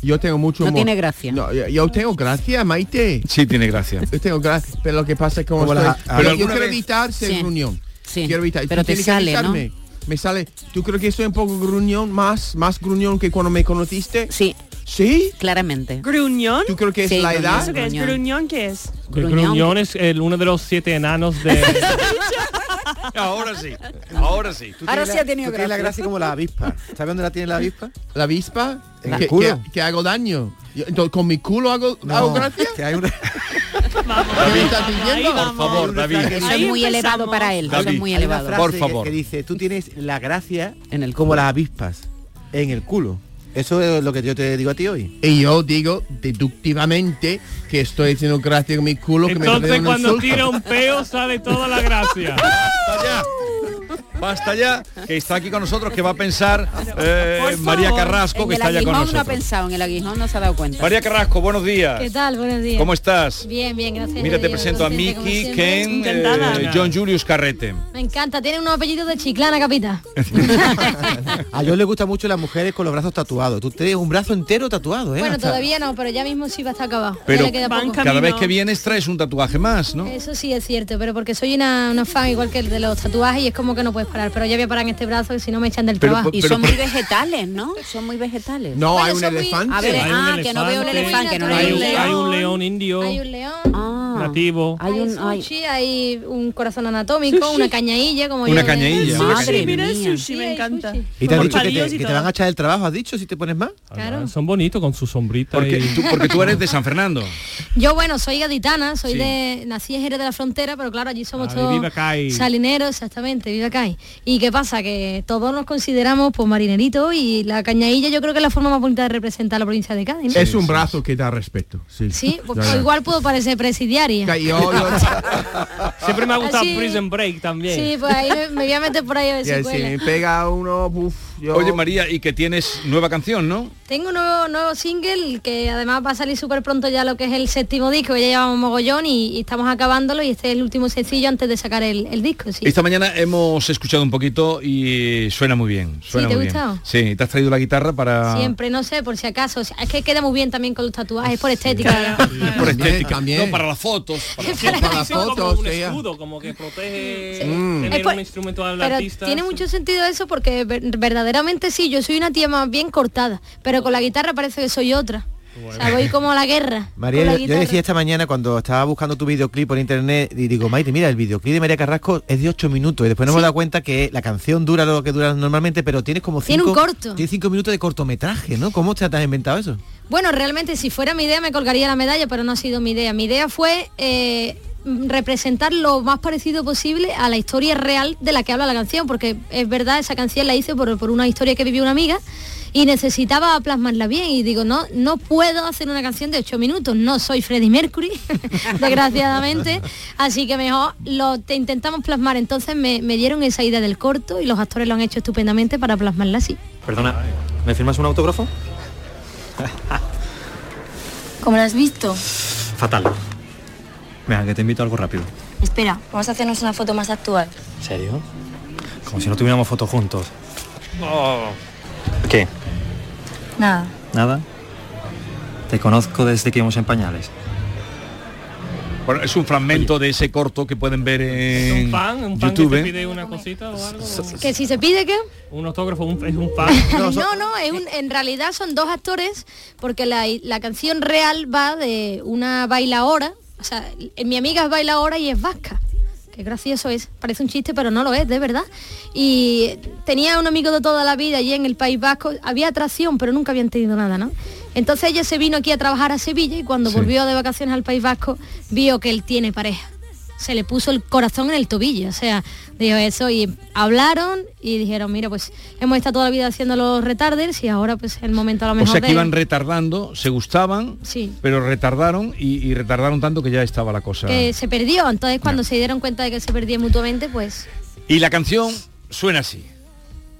[SPEAKER 16] Yo tengo mucho
[SPEAKER 13] humor.
[SPEAKER 23] gracia.
[SPEAKER 16] yo, yo tengo gracia, Maite.
[SPEAKER 13] Sí, tiene gracia.
[SPEAKER 16] Yo tengo gracia, pero lo que pasa es que como
[SPEAKER 13] Como
[SPEAKER 16] estoy-
[SPEAKER 13] la-
[SPEAKER 16] yo-
[SPEAKER 13] pero
[SPEAKER 16] yo,
[SPEAKER 13] alguna
[SPEAKER 16] quiero
[SPEAKER 13] vez-
[SPEAKER 16] evitar ser
[SPEAKER 13] Sí.
[SPEAKER 16] gruñón.
[SPEAKER 23] Sí.
[SPEAKER 16] Quiero evitar.
[SPEAKER 23] Pero
[SPEAKER 16] Tú
[SPEAKER 23] te
[SPEAKER 16] tienes que
[SPEAKER 23] sale, ¿no?
[SPEAKER 16] avisarme. Me sale. ¿Tú crees que soy un poco gruñón más, más gruñón que cuando me conociste?
[SPEAKER 23] Sí.
[SPEAKER 16] ¿Sí?
[SPEAKER 23] Claramente.
[SPEAKER 14] ¿Gruñón?
[SPEAKER 16] ¿Tú crees que es la edad?
[SPEAKER 14] ¿Eso qué es? ¿Gruñón qué es?
[SPEAKER 15] El gruñón es el- uno de los siete enanos de...
[SPEAKER 13] Ahora sí, ahora sí.
[SPEAKER 2] Tú tienes la- tú tienes la gracia como la avispa. ¿Sabes dónde la tiene la avispa?
[SPEAKER 16] ¿La avispa?
[SPEAKER 2] En el
[SPEAKER 16] ¿Que,
[SPEAKER 2] culo.
[SPEAKER 16] que- que hago daño? Yo- entonces, ¿Con mi culo hago, hago gracia?
[SPEAKER 2] Que hay una...
[SPEAKER 16] ¿Me estás diciendo?
[SPEAKER 13] Por favor, David.
[SPEAKER 23] Eso es muy elevado para él. eso es muy
[SPEAKER 2] Hay una
[SPEAKER 23] elevado.
[SPEAKER 2] frase que- Que dice, tú tienes la gracia en el como las avispas en el culo. Eso es lo que yo te digo a ti hoy.
[SPEAKER 16] Y yo digo deductivamente que estoy haciendo gracia con mi culo. que me parece
[SPEAKER 15] Entonces
[SPEAKER 16] un
[SPEAKER 15] cuando
[SPEAKER 16] insulto.
[SPEAKER 15] tira un peo sale toda la gracia.
[SPEAKER 13] Basta ya, que está aquí con nosotros, que va a pensar eh,
[SPEAKER 23] Por favor.
[SPEAKER 13] María Carrasco,
[SPEAKER 23] En
[SPEAKER 13] que
[SPEAKER 23] el
[SPEAKER 13] está ya con
[SPEAKER 23] aguijón no ha
[SPEAKER 13] nosotros.
[SPEAKER 23] pensado, en el aguijón no se ha dado cuenta.
[SPEAKER 13] María Carrasco, buenos días.
[SPEAKER 32] ¿Qué tal? Buenos días.
[SPEAKER 13] ¿Cómo estás?
[SPEAKER 32] Bien, bien, gracias.
[SPEAKER 13] Mira,
[SPEAKER 32] a
[SPEAKER 13] te
[SPEAKER 32] Dios,
[SPEAKER 13] presento a
[SPEAKER 32] contenta como
[SPEAKER 13] Miki,
[SPEAKER 32] siempre.
[SPEAKER 13] Ken, eh, John Julius Carrete.
[SPEAKER 32] Me encanta, tiene unos apellidos de chiclana, capita.
[SPEAKER 2] A yo le gusta mucho las mujeres con los brazos tatuados. Tú tienes un brazo entero tatuado, ¿eh?
[SPEAKER 32] bueno,
[SPEAKER 2] Hasta-
[SPEAKER 32] todavía no, pero ya mismo sí va a estar acabado. Ya
[SPEAKER 13] Pero
[SPEAKER 32] le queda poco.
[SPEAKER 13] cada vez que vienes traes un tatuaje más, ¿no?
[SPEAKER 32] Eso sí es cierto, pero porque soy una, una fan igual que el de los tatuajes y es como que no puedes parar, pero ya voy a parar en este brazo y si no me echan del
[SPEAKER 13] Pero-
[SPEAKER 32] trabajo.
[SPEAKER 13] pero- Y son muy pero-
[SPEAKER 23] vegetales, ¿no? Son muy vegetales.
[SPEAKER 16] No, hay un elefante.
[SPEAKER 23] A ver,
[SPEAKER 15] Hay un
[SPEAKER 23] ah, que no veo el
[SPEAKER 15] elefante,
[SPEAKER 23] elefante, que no veo
[SPEAKER 15] hay,
[SPEAKER 23] el
[SPEAKER 15] un, hay
[SPEAKER 23] león.
[SPEAKER 15] un león indio
[SPEAKER 32] Hay un león,
[SPEAKER 15] nativo.
[SPEAKER 32] hay, un, sushi, hay un corazón anatómico, una cañailla, como
[SPEAKER 15] Una
[SPEAKER 32] yo.
[SPEAKER 15] cañailla, una Madre cañailla.
[SPEAKER 14] mira el
[SPEAKER 32] sushi, me encanta.
[SPEAKER 2] Y te han
[SPEAKER 15] Con
[SPEAKER 2] dicho que
[SPEAKER 15] palillos
[SPEAKER 2] te,
[SPEAKER 15] y
[SPEAKER 2] que te
[SPEAKER 15] todo.
[SPEAKER 2] van a echar el trabajo, has dicho, si te pones más.
[SPEAKER 32] Claro.
[SPEAKER 15] Son bonitos con su sombrita.
[SPEAKER 13] Porque
[SPEAKER 15] y-
[SPEAKER 13] tú, porque tú eres de San Fernando.
[SPEAKER 32] Yo, bueno, soy gaditana, soy
[SPEAKER 13] Sí.
[SPEAKER 32] de... Nací en Jerez de la Frontera, pero claro, allí somos
[SPEAKER 13] Ah, de
[SPEAKER 32] todos
[SPEAKER 13] Viva Cay.
[SPEAKER 32] salineros, exactamente, viva Cay. ¿Y qué pasa? Que todos nos consideramos pues marineritos y la cañailla yo creo que es la forma más bonita de representar la provincia de Cádiz. ¿no?
[SPEAKER 16] Es un brazo que da respeto. Sí,
[SPEAKER 32] Sí, pues,
[SPEAKER 16] Ya, ya.
[SPEAKER 32] igual puedo parecer presidiaria.
[SPEAKER 16] Ca- yo- yo-
[SPEAKER 15] Siempre me ha gustado
[SPEAKER 32] Así- pues,
[SPEAKER 15] Prison Break también.
[SPEAKER 32] Sí, pues ahí me, me voy a meter por ahí a ver si
[SPEAKER 16] Ya, si
[SPEAKER 32] cuela.
[SPEAKER 16] me pega uno, buf, yo-
[SPEAKER 13] Oye María, y que tienes nueva canción, ¿no?
[SPEAKER 32] Tengo un nuevo, nuevo single que además va a salir súper pronto ya lo que es el séptimo disco, que ya llevamos mogollón y, y estamos acabándolo y este es el último sencillo antes de sacar el, el disco. Sí.
[SPEAKER 13] Esta mañana hemos escuchado un poquito y suena muy bien. Suena
[SPEAKER 32] ¿te ha
[SPEAKER 13] muy
[SPEAKER 32] gustado?
[SPEAKER 13] Bien. Sí, te has traído la guitarra para...
[SPEAKER 32] Siempre, no sé, por si acaso. O sea, es que queda muy bien también con los tatuajes, por estética.
[SPEAKER 13] Por estética.
[SPEAKER 27] también.
[SPEAKER 13] No, para las fotos. para las
[SPEAKER 32] Para
[SPEAKER 13] fotos.
[SPEAKER 32] las
[SPEAKER 33] como un
[SPEAKER 32] sí, ya.
[SPEAKER 33] escudo, como que protege
[SPEAKER 32] Mm.
[SPEAKER 33] tener
[SPEAKER 32] Es por-
[SPEAKER 33] un instrumento al
[SPEAKER 32] Pero
[SPEAKER 33] artista.
[SPEAKER 32] tiene mucho sentido eso porque ver- verdaderamente sí, yo soy una tía más bien cortada, pero con la guitarra parece que soy otra. O sea, voy como a la guerra.
[SPEAKER 2] María,
[SPEAKER 32] con la
[SPEAKER 2] yo- yo,
[SPEAKER 32] guitarra.
[SPEAKER 2] decía esta mañana cuando estaba buscando tu videoclip por internet y digo, Maite, mira, el videoclip de María Carrasco es de 8 minutos y después nos hemos dado cuenta que la canción dura lo que dura normalmente, pero tienes como 5
[SPEAKER 32] Tiene un corto.
[SPEAKER 2] Tiene 5 minutos de cortometraje, ¿no? ¿Cómo te, te has inventado eso?
[SPEAKER 32] Bueno, realmente si fuera mi idea me colgaría la medalla, pero no ha sido mi idea. Mi idea fue eh, representar lo más parecido posible a la historia real de la que habla la canción, porque es verdad, esa canción la hice por, por una historia que vivió una amiga y necesitaba plasmarla bien y digo, no, no puedo hacer una canción de 8 minutos, no soy Freddie Mercury, desgraciadamente, así que mejor lo te intentamos plasmar. Entonces me, me dieron esa idea del corto y los actores lo han hecho estupendamente para plasmarla así.
[SPEAKER 33] Perdona, ¿me firmas un autógrafo?
[SPEAKER 3] ¿Cómo lo has visto?
[SPEAKER 33] Fatal. Venga, que te invito a algo rápido.
[SPEAKER 3] Espera, vamos a hacernos una foto más actual.
[SPEAKER 33] ¿En serio? Como si no tuviéramos foto juntos. ¿Qué?
[SPEAKER 3] Nada.
[SPEAKER 33] ¿Nada? Te conozco desde que íbamos en pañales.
[SPEAKER 13] Bueno, es un fragmento de ese corto que pueden ver en
[SPEAKER 33] un fan, un fan que
[SPEAKER 13] YouTube.
[SPEAKER 15] ¿eh?
[SPEAKER 13] ¿eh?
[SPEAKER 33] te pide una cosita o algo.
[SPEAKER 32] Que si se pide que...
[SPEAKER 33] Un autógrafo, un- es un fan.
[SPEAKER 32] No, no, es un- en realidad son dos actores porque la, la canción real va de una bailaora, o sea, eh, mi amiga es bailaora y es vasca. Qué gracioso es, parece un chiste, pero no lo es, de verdad. Y tenía un amigo de toda la vida allí en el País Vasco, había atracción, pero nunca habían tenido nada, ¿no? Entonces ella se vino aquí a trabajar a Sevilla y cuando volvió de vacaciones al País Vasco, vio que él tiene pareja. Se le puso el corazón en el tobillo, o sea, dijo eso y hablaron y dijeron, mira, pues hemos estado toda la vida haciendo los retarders y ahora pues es el momento a lo
[SPEAKER 13] O
[SPEAKER 32] mejor
[SPEAKER 13] sea que
[SPEAKER 32] de-
[SPEAKER 13] iban retardando, se gustaban,
[SPEAKER 32] Sí.
[SPEAKER 13] pero retardaron y, y retardaron tanto que ya estaba la cosa.
[SPEAKER 32] que se perdió. Entonces cuando se dieron cuenta de que se perdían mutuamente, pues
[SPEAKER 13] Y la canción suena así.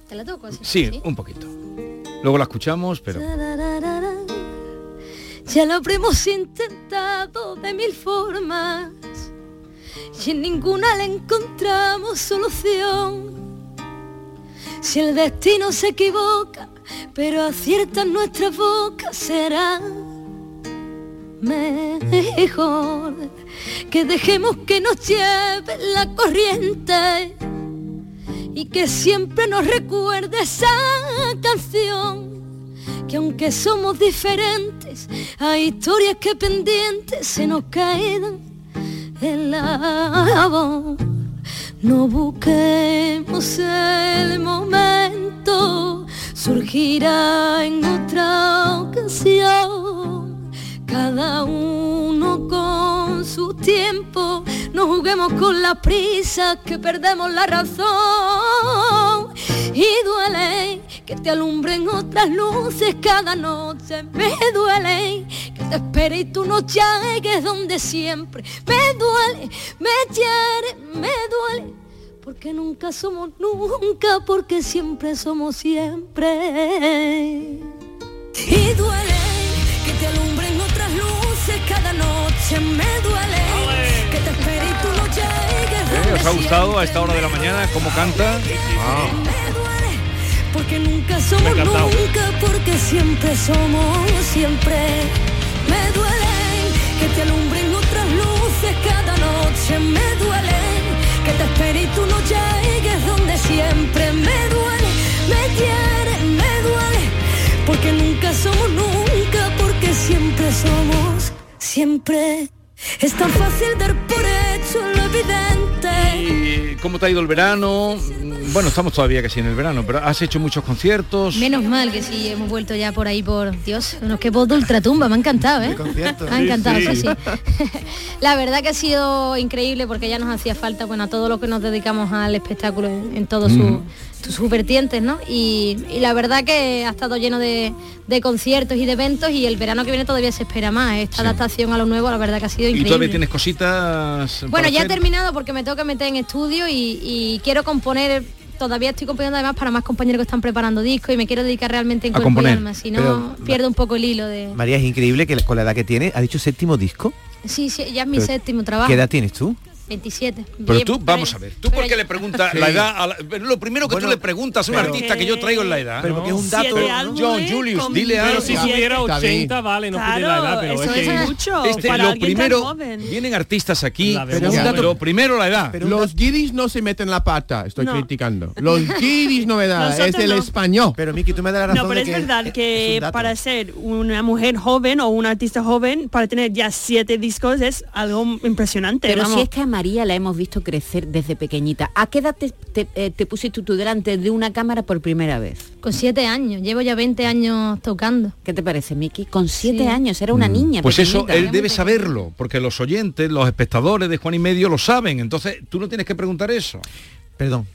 [SPEAKER 32] te la toco así.
[SPEAKER 13] Sí, un poquito. Luego la escuchamos, pero...
[SPEAKER 32] Ya lo habremos intentado de mil formas y en ninguna le encontramos solución. Si el destino se equivoca, pero acierta en nuestra boca, será mejor que dejemos que nos lleve la corriente y que siempre nos recuerde esa canción. Que aunque somos diferentes, hay historias que pendientes se nos quedan en la voz. No busquemos el momento, surgirá en otra ocasión. Cada uno con su tiempo, no juguemos con las prisas que perdemos la razón. Y duele que te alumbren otras luces cada noche, me duele que te espere y tú no llegues donde siempre. Me duele, me hiere, me duele, porque nunca somos nunca, porque siempre somos siempre. Y duele que te alumbren otras luces cada noche, me duele que te espere y tú no llegues
[SPEAKER 13] ¿Eh?
[SPEAKER 32] donde
[SPEAKER 13] ¿Os ha gustado
[SPEAKER 32] siempre.
[SPEAKER 13] a esta hora de la mañana cómo canta?
[SPEAKER 33] Ah.
[SPEAKER 32] Porque nunca
[SPEAKER 13] Me
[SPEAKER 32] somos
[SPEAKER 13] ha encantado.
[SPEAKER 32] nunca, porque siempre somos siempre. Me duele que te alumbren otras luces cada noche. Me duele que te espere y tú no llegues donde siempre. Me duele, me hiere, me duele. Porque nunca somos nunca, porque siempre somos siempre. Es tan fácil dar por hecho lo evidente.
[SPEAKER 13] ¿Y cómo te ha ido el verano? Mm, Bueno, estamos todavía casi en el verano, pero has hecho muchos conciertos.
[SPEAKER 32] Menos mal que sí, hemos vuelto ya por ahí por Dios, unos que voz de ultratumba, me ha encantado, ¿eh? Me ha encantado, eso sí. La verdad que ha sido increíble porque ya nos hacía falta, bueno, a todo lo que nos dedicamos al espectáculo en, en todos sus-
[SPEAKER 29] Ujú.
[SPEAKER 32] sus vertientes, ¿no? Y, y la verdad que ha estado lleno de, de conciertos y de eventos y el verano que viene todavía se espera más. Esta adaptación a lo nuevo, la verdad que ha sido
[SPEAKER 13] Y
[SPEAKER 32] increíble.
[SPEAKER 13] todavía tienes cositas.
[SPEAKER 32] Bueno,
[SPEAKER 13] para
[SPEAKER 32] ya he
[SPEAKER 13] hacer?
[SPEAKER 32] terminado porque me toca meter en estudio y, y quiero componer todavía estoy componiendo además para más compañeros que están preparando discos y me quiero dedicar realmente en
[SPEAKER 2] A
[SPEAKER 32] cuerpo
[SPEAKER 2] componer,
[SPEAKER 32] y alma, si
[SPEAKER 2] pero-
[SPEAKER 3] no,
[SPEAKER 32] pierdo un poco el hilo de...
[SPEAKER 2] María, es increíble que la- con la edad que tiene, ha dicho séptimo disco.
[SPEAKER 32] Sí, sí, ya es mi
[SPEAKER 2] Pero-
[SPEAKER 32] séptimo trabajo.
[SPEAKER 2] ¿Qué edad tienes tú?
[SPEAKER 32] 27.
[SPEAKER 13] Pero
[SPEAKER 32] Ah. Bien,
[SPEAKER 13] tú, vamos a ver, ¿tú por qué le preguntas la
[SPEAKER 2] Sí.
[SPEAKER 13] edad? a la- lo primero que tú le preguntas a un artista que yo traigo es la edad.
[SPEAKER 2] Pero porque es un dato, Siete ¿no? álbumes
[SPEAKER 13] John Julius,
[SPEAKER 2] con
[SPEAKER 13] dile algo.
[SPEAKER 15] Pero si tuviera 80, vale, no pide la edad, pero es que...
[SPEAKER 13] Este, lo primero, vienen artistas aquí, pero
[SPEAKER 16] un dato-
[SPEAKER 13] lo primero la edad.
[SPEAKER 16] Los guiris no se meten la pata, estoy
[SPEAKER 14] No.
[SPEAKER 16] criticando. Los guiris no me dan, es
[SPEAKER 14] Nosotros
[SPEAKER 16] el
[SPEAKER 14] no.
[SPEAKER 16] español.
[SPEAKER 2] Pero Miki, tú me das
[SPEAKER 14] No, pero es verdad que para ser una mujer joven o un artista joven, para tener ya siete discos es algo impresionante.
[SPEAKER 23] Pero
[SPEAKER 14] vamos.
[SPEAKER 23] si es que a María la hemos visto crecer desde pequeñita. ¿A qué edad te, te- eh, te pusiste tú delante de una cámara por primera vez?
[SPEAKER 32] Con 7 años, llevo ya 20 años tocando.
[SPEAKER 23] ¿Qué te parece, Miki? Con 7 años, era
[SPEAKER 13] Mm.
[SPEAKER 23] una niña.
[SPEAKER 13] Pues eso
[SPEAKER 23] pequeñita.
[SPEAKER 13] él debe saberlo, porque los oyentes, los espectadores de Juan y Medio lo saben, entonces tú no tienes que preguntar eso.
[SPEAKER 2] Perdón.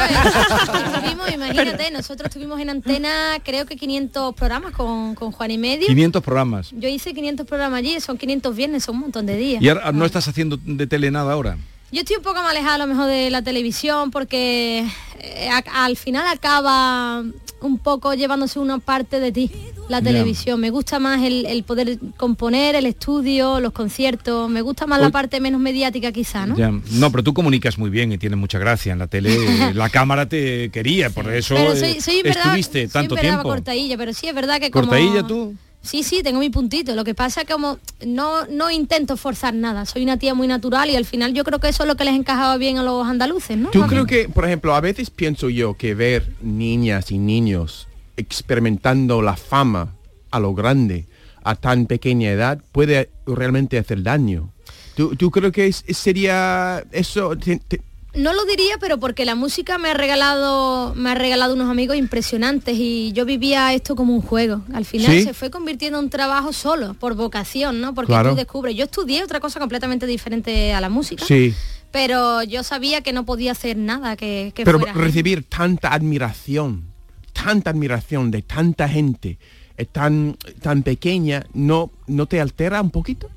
[SPEAKER 32] Tuvimos, imagínate, nosotros tuvimos en antena creo que 500 programas con, con Juan y Medio.
[SPEAKER 13] 500 programas.
[SPEAKER 32] Yo hice 500 programas allí, son 500 viernes, son un montón de días.
[SPEAKER 13] Y ahora ah, no estás haciendo de tele nada ahora.
[SPEAKER 32] Yo estoy un poco más alejada a lo mejor de la televisión porque eh, a- al final acaba un poco llevándose una parte de ti, la
[SPEAKER 13] Ya.
[SPEAKER 32] televisión. Me gusta más el, el poder componer, el estudio, los conciertos. Me gusta más la
[SPEAKER 13] Hoy-
[SPEAKER 32] parte menos mediática quizá, Ah, ¿no?
[SPEAKER 13] Ya. No, pero tú comunicas muy bien y tienes mucha gracia en la tele. eh, la cámara te quería, por eso
[SPEAKER 32] Pero
[SPEAKER 13] eh,
[SPEAKER 32] soy, soy verdad-
[SPEAKER 13] estuviste
[SPEAKER 32] soy
[SPEAKER 13] tanto
[SPEAKER 32] verdad
[SPEAKER 13] tiempo.
[SPEAKER 32] cortadilla, pero sí es verdad que como...
[SPEAKER 13] Cortadilla tú.
[SPEAKER 32] Sí, sí, tengo mi puntito. Lo que pasa que como no, no intento forzar nada. Soy una tía muy natural y al final yo creo que eso es lo que les encajaba bien a los andaluces, ¿no?
[SPEAKER 16] Yo creo que, por ejemplo, a veces pienso yo que ver niñas y niños experimentando la fama a lo grande a tan pequeña edad puede realmente hacer daño. ¿Tú, tú creo que es- sería eso? te- te-
[SPEAKER 32] No lo diría, pero porque la música me ha regalado, me ha regalado unos amigos impresionantes y yo vivía esto como un juego. Al final
[SPEAKER 25] Sí.
[SPEAKER 32] se fue convirtiendo en un trabajo solo, por vocación, ¿no? Porque
[SPEAKER 25] Claro.
[SPEAKER 32] tú descubres. Yo estudié otra cosa completamente diferente a la música,
[SPEAKER 16] sí.
[SPEAKER 32] pero yo sabía que no podía hacer nada que, que
[SPEAKER 16] Pero
[SPEAKER 32] fuera.
[SPEAKER 16] recibir tanta admiración, tanta admiración de tanta gente eh, tan, tan pequeña, ¿no, ¿no te altera un poquito?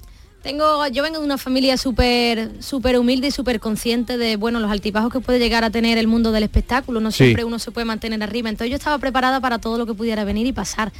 [SPEAKER 32] Tengo, yo vengo de una familia súper súper humilde y súper consciente de bueno los altibajos que puede llegar a tener el mundo del espectáculo. No
[SPEAKER 25] Sí.
[SPEAKER 32] siempre uno se puede mantener arriba. Entonces yo estaba preparada para todo lo que pudiera venir y pasar.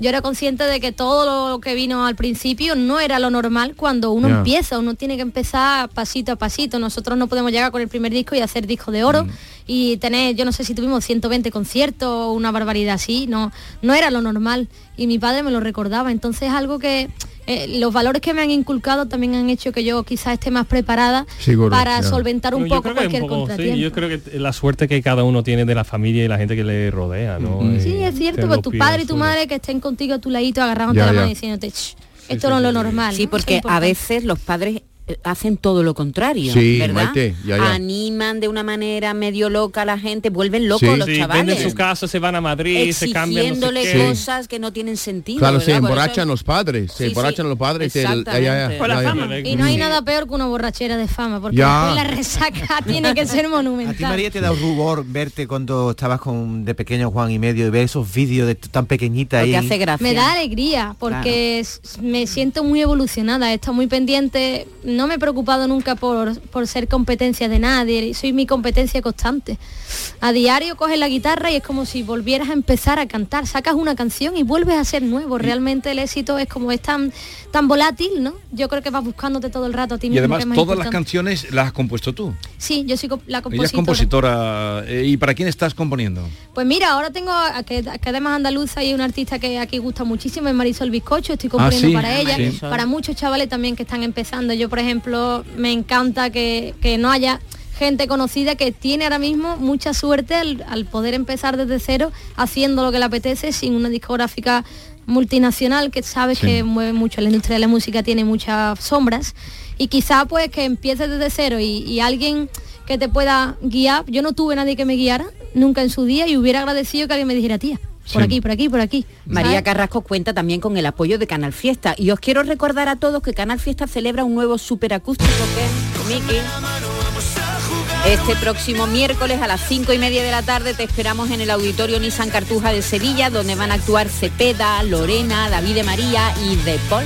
[SPEAKER 32] Yo era consciente de que todo lo que vino al principio no era lo normal cuando uno
[SPEAKER 25] Ya.
[SPEAKER 32] empieza. Uno tiene que empezar pasito a pasito. Nosotros no podemos llegar con el primer disco y hacer disco de oro y tener, yo no sé si tuvimos 120 conciertos o una barbaridad así. No, no era lo normal. Y mi padre me lo recordaba. Entonces es algo que eh, los valores que me han inculcado también han hecho que yo quizás esté más preparada
[SPEAKER 15] Seguro,
[SPEAKER 32] para
[SPEAKER 15] ya.
[SPEAKER 32] solventar un
[SPEAKER 15] Bueno, yo
[SPEAKER 32] poco
[SPEAKER 15] creo que
[SPEAKER 32] cualquier
[SPEAKER 15] un poco, sí,
[SPEAKER 32] contratiempo.
[SPEAKER 15] yo creo que la suerte que cada uno tiene de la familia y la gente que le rodea, ¿no? Eh,
[SPEAKER 32] Sí, es cierto,
[SPEAKER 15] tener
[SPEAKER 32] pues
[SPEAKER 15] los
[SPEAKER 32] tu
[SPEAKER 15] pies
[SPEAKER 32] padre y tu
[SPEAKER 15] sobre-
[SPEAKER 32] madre que estén contigo a tu ladito agarrándote
[SPEAKER 15] Ya,
[SPEAKER 32] la
[SPEAKER 15] ya.
[SPEAKER 32] mano y diciéndote, "Shh, esto no es lo normal.
[SPEAKER 23] Sí,
[SPEAKER 32] ¿no? Es
[SPEAKER 23] porque a
[SPEAKER 32] importante.
[SPEAKER 23] veces los padres eh, hacen todo lo contrario,
[SPEAKER 29] Sí,
[SPEAKER 23] ¿verdad?
[SPEAKER 29] Maite, ya, ya.
[SPEAKER 23] Animan de una manera medio loca a la gente, vuelven locos los
[SPEAKER 15] Sí,
[SPEAKER 23] chavales.
[SPEAKER 15] venden sus casas, se van a Madrid, se cambian no sé
[SPEAKER 23] exigiéndole
[SPEAKER 15] qué.
[SPEAKER 23] cosas que no tienen sentido.
[SPEAKER 16] Claro, se
[SPEAKER 23] ¿verdad? Por eso
[SPEAKER 16] emborrachan los padres, se
[SPEAKER 23] Sí,
[SPEAKER 16] emborrachan los padres. te- ya, ya,
[SPEAKER 23] exactamente. Por la
[SPEAKER 16] ya, ya.
[SPEAKER 23] fama.
[SPEAKER 32] Y no hay nada peor que una borrachera de fama, porque
[SPEAKER 2] Ya.
[SPEAKER 32] después la resaca tiene que ser
[SPEAKER 2] ¿A ti,
[SPEAKER 32] monumental.
[SPEAKER 2] María, te da rubor verte cuando estabas con de pequeño Juan y medio y ver esos vídeos de tan pequeñita ahí?
[SPEAKER 32] Me da alegría porque s- me siento muy evolucionada, he estado muy pendiente, no me he preocupado nunca por, por ser competencia de nadie, soy mi competencia constante. A diario coges la guitarra y es como si volvieras a empezar a cantar, sacas una canción y vuelves a ser nuevo, realmente el éxito es como es tan, tan volátil, ¿no? Yo creo que vas buscándote todo el rato a ti
[SPEAKER 13] Y
[SPEAKER 32] mismo. que
[SPEAKER 13] además
[SPEAKER 32] es más
[SPEAKER 13] todas las
[SPEAKER 32] importante.
[SPEAKER 13] canciones las has compuesto tú.
[SPEAKER 32] Sí, yo soy co- la compositora.
[SPEAKER 13] Ella es compositora. eh, ¿Y para quién estás componiendo?
[SPEAKER 32] Pues mira, ahora tengo a, a que, a que además andaluza y es una artista que aquí gusta muchísimo, es Marisol Bizcocho, estoy componiendo
[SPEAKER 13] Ah, sí,
[SPEAKER 32] para ella,
[SPEAKER 13] sí.
[SPEAKER 32] para muchos chavales también que están empezando. Yo, por ejemplo, me encanta que, que no haya gente conocida que tiene ahora mismo mucha suerte al, al poder empezar desde cero haciendo lo que le apetece sin una discográfica multinacional que sabes
[SPEAKER 25] Sí.
[SPEAKER 32] que mueve mucho la industria de la música tiene muchas sombras y quizá pues que empieces desde cero y, y alguien que te pueda guiar. Yo no tuve nadie que me guiara nunca en su día y hubiera agradecido que alguien me dijera, tía, por
[SPEAKER 23] Sí.
[SPEAKER 32] aquí, por aquí, por aquí.
[SPEAKER 23] María Carrasco cuenta también con el apoyo de Canal Fiesta. Y os quiero recordar a todos que Canal Fiesta celebra un nuevo superacústico que es Miki. Este próximo miércoles a las 5 y media de la tarde te esperamos en el Auditorio Nissan Cartuja de Sevilla, donde van a actuar Cepeda, Lorena, David de María y De Paul.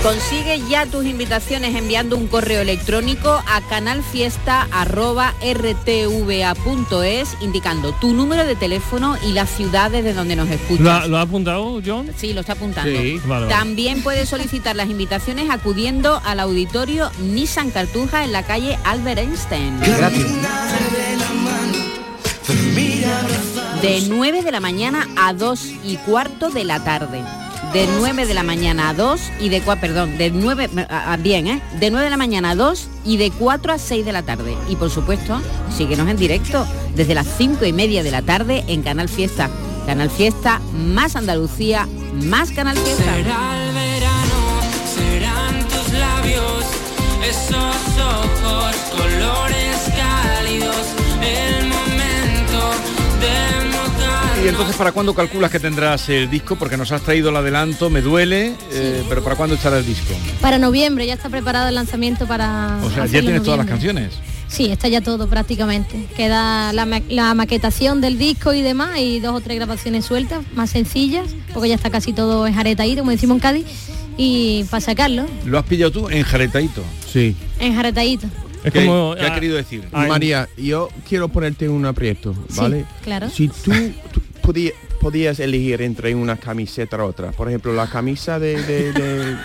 [SPEAKER 23] Consigue ya tus invitaciones enviando un correo electrónico a canalfiesta.rtva.es indicando tu número de teléfono y las ciudades de donde nos escuchas.
[SPEAKER 15] ¿Lo, ha- lo ha apuntado, John?
[SPEAKER 23] Sí, lo está apuntando.
[SPEAKER 15] Sí, vale, vale.
[SPEAKER 23] También puedes solicitar las invitaciones acudiendo al auditorio Nissan Cartuja en la calle Albert Einstein. De 9 de la mañana a 2 y cuarto de la tarde. De 9 de la mañana a 2 y de 4, perdón, de 9, a- a- bien, ¿eh? De 9 de la mañana a 2 y de 4 a 6 de la tarde. Y por supuesto, síguenos en directo desde las 5 y media de la tarde en Canal Fiesta. Canal Fiesta, más Andalucía, más Canal Fiesta.
[SPEAKER 31] Serán tus labios, esos ojos, colores cálidos, el momento de
[SPEAKER 13] Y entonces, ¿para cuándo calculas que tendrás el disco? Porque nos has traído el adelanto, me duele, eh, pero ¿para cuándo estará el disco?
[SPEAKER 32] Para noviembre ya está preparado el lanzamiento para...
[SPEAKER 13] O sea,
[SPEAKER 32] hacerlo
[SPEAKER 13] ya
[SPEAKER 32] en
[SPEAKER 13] tienes todas las
[SPEAKER 32] Pues noviembre.
[SPEAKER 13] canciones.
[SPEAKER 32] Sí, está ya todo prácticamente. Queda la, ma- la maquetación del disco y demás y dos o tres grabaciones sueltas, más sencillas, porque ya está casi todo en jareta ahí, como decimos en Cádiz, y para sacarlo,
[SPEAKER 13] ¿Lo has pillado tú en Jaretaito?
[SPEAKER 16] Sí.
[SPEAKER 32] en jaretaíto.
[SPEAKER 13] ¿Qué, qué ha querido decir?
[SPEAKER 16] María, yo quiero ponerte en un aprieto,
[SPEAKER 32] Sí,
[SPEAKER 16] ¿vale?
[SPEAKER 32] claro.
[SPEAKER 16] Si tú, tú podí- podías elegir entre una camiseta a otra, por ejemplo, la camisa de... de- de-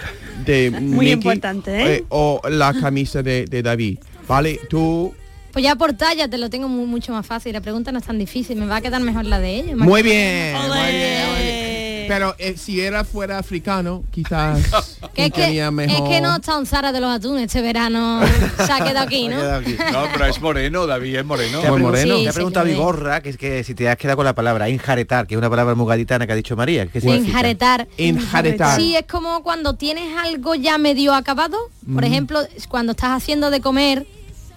[SPEAKER 16] de
[SPEAKER 14] Muy
[SPEAKER 16] Nicky,
[SPEAKER 14] importante, ¿eh?
[SPEAKER 16] O la camisa de, de David, ¿vale? Tú...
[SPEAKER 32] Pues ya por talla te lo tengo mu- mucho más fácil, la pregunta no es tan difícil, me va a quedar mejor la de ellos. más
[SPEAKER 16] Muy
[SPEAKER 32] que-
[SPEAKER 16] bien, muy bien, muy bien. Pero eh, si era fuera africano, quizás...
[SPEAKER 32] Que es, que,
[SPEAKER 16] quedaría
[SPEAKER 32] es
[SPEAKER 16] mejor.
[SPEAKER 32] que no está un Zara de los atunes este verano, se ha quedado aquí, ¿no?
[SPEAKER 13] No, pero es moreno, David, es moreno.
[SPEAKER 25] Te ha, pregun-
[SPEAKER 32] Sí, eh.
[SPEAKER 25] te ha
[SPEAKER 32] se
[SPEAKER 25] preguntado
[SPEAKER 32] quedó ahí.
[SPEAKER 25] Vigorra, que es que si te has quedado con la palabra enjaretar, que es una palabra muy gaditana que ha dicho María. ¿qué significa?
[SPEAKER 32] Enjaretar.
[SPEAKER 25] Enjaretar.
[SPEAKER 32] Sí, es como cuando tienes algo ya medio acabado, por
[SPEAKER 25] Mm.
[SPEAKER 32] ejemplo, es cuando estás haciendo de comer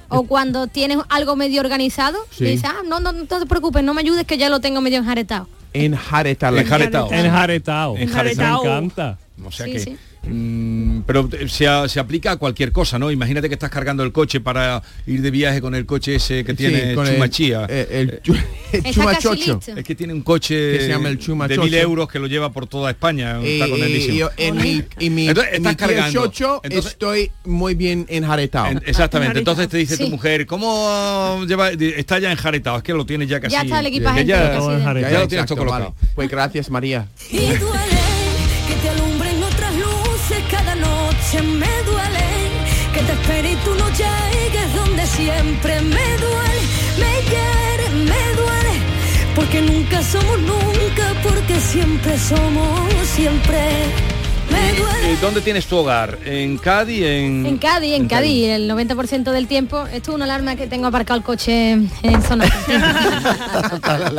[SPEAKER 32] o cuando tienes algo medio organizado,
[SPEAKER 16] Sí.
[SPEAKER 32] dices, ah, no, no, no te preocupes, no me ayudes que ya lo tengo medio enjaretado.
[SPEAKER 16] Enjaretado.
[SPEAKER 13] Enjaretado.
[SPEAKER 15] Enjaretado.
[SPEAKER 13] Enjaretado.
[SPEAKER 15] Me encanta.
[SPEAKER 13] O sea
[SPEAKER 32] Sí,
[SPEAKER 13] que...
[SPEAKER 32] sí.
[SPEAKER 13] mm, pero eh, se, a- se aplica a cualquier cosa, ¿no? Imagínate que estás cargando el coche para ir de viaje con el coche ese que tiene Eh,
[SPEAKER 16] con el- eh,
[SPEAKER 13] Chumachía.
[SPEAKER 16] el, chu- el
[SPEAKER 13] Está
[SPEAKER 16] chumachocho.
[SPEAKER 13] casi listo. Es que tiene un coche
[SPEAKER 16] Que se llama el
[SPEAKER 13] eh, de
[SPEAKER 16] chumachocho.
[SPEAKER 13] mil euros que lo lleva por toda España.
[SPEAKER 16] Eh,
[SPEAKER 13] está
[SPEAKER 16] eh,
[SPEAKER 13] contentísimo.
[SPEAKER 16] yo en mi, en mi,
[SPEAKER 13] Entonces,
[SPEAKER 16] en
[SPEAKER 13] estás
[SPEAKER 16] mi tío
[SPEAKER 13] cargando.
[SPEAKER 16] chocho
[SPEAKER 13] Entonces-
[SPEAKER 16] estoy muy bien enjaretado.
[SPEAKER 13] En- Exactamente, entonces te dice tu
[SPEAKER 16] Sí.
[SPEAKER 13] mujer, ¿cómo lleva? di- Está ya enjaretado, es que lo tienes ya casi.
[SPEAKER 32] está el equipaje
[SPEAKER 13] que Ya,
[SPEAKER 32] entero, sí,
[SPEAKER 13] ya,
[SPEAKER 32] de-
[SPEAKER 13] ya lo tienes todo
[SPEAKER 16] Exacto,
[SPEAKER 13] colocado.
[SPEAKER 16] vale. Pues gracias María.
[SPEAKER 31] Y duele que te alumbren otras luces cada noche. Me duele que te espere y tú no llegues donde siempre. Me duele, me hiere, me duele. Porque nunca somos nunca, porque siempre somos siempre. Me duele.
[SPEAKER 13] Eh, ¿Dónde tienes tu hogar? ¿En Cádiz? Mm. En,
[SPEAKER 32] En Cádiz, en Cádiz, el 90% del tiempo. Esto es una alarma que tengo aparcado el coche en zona.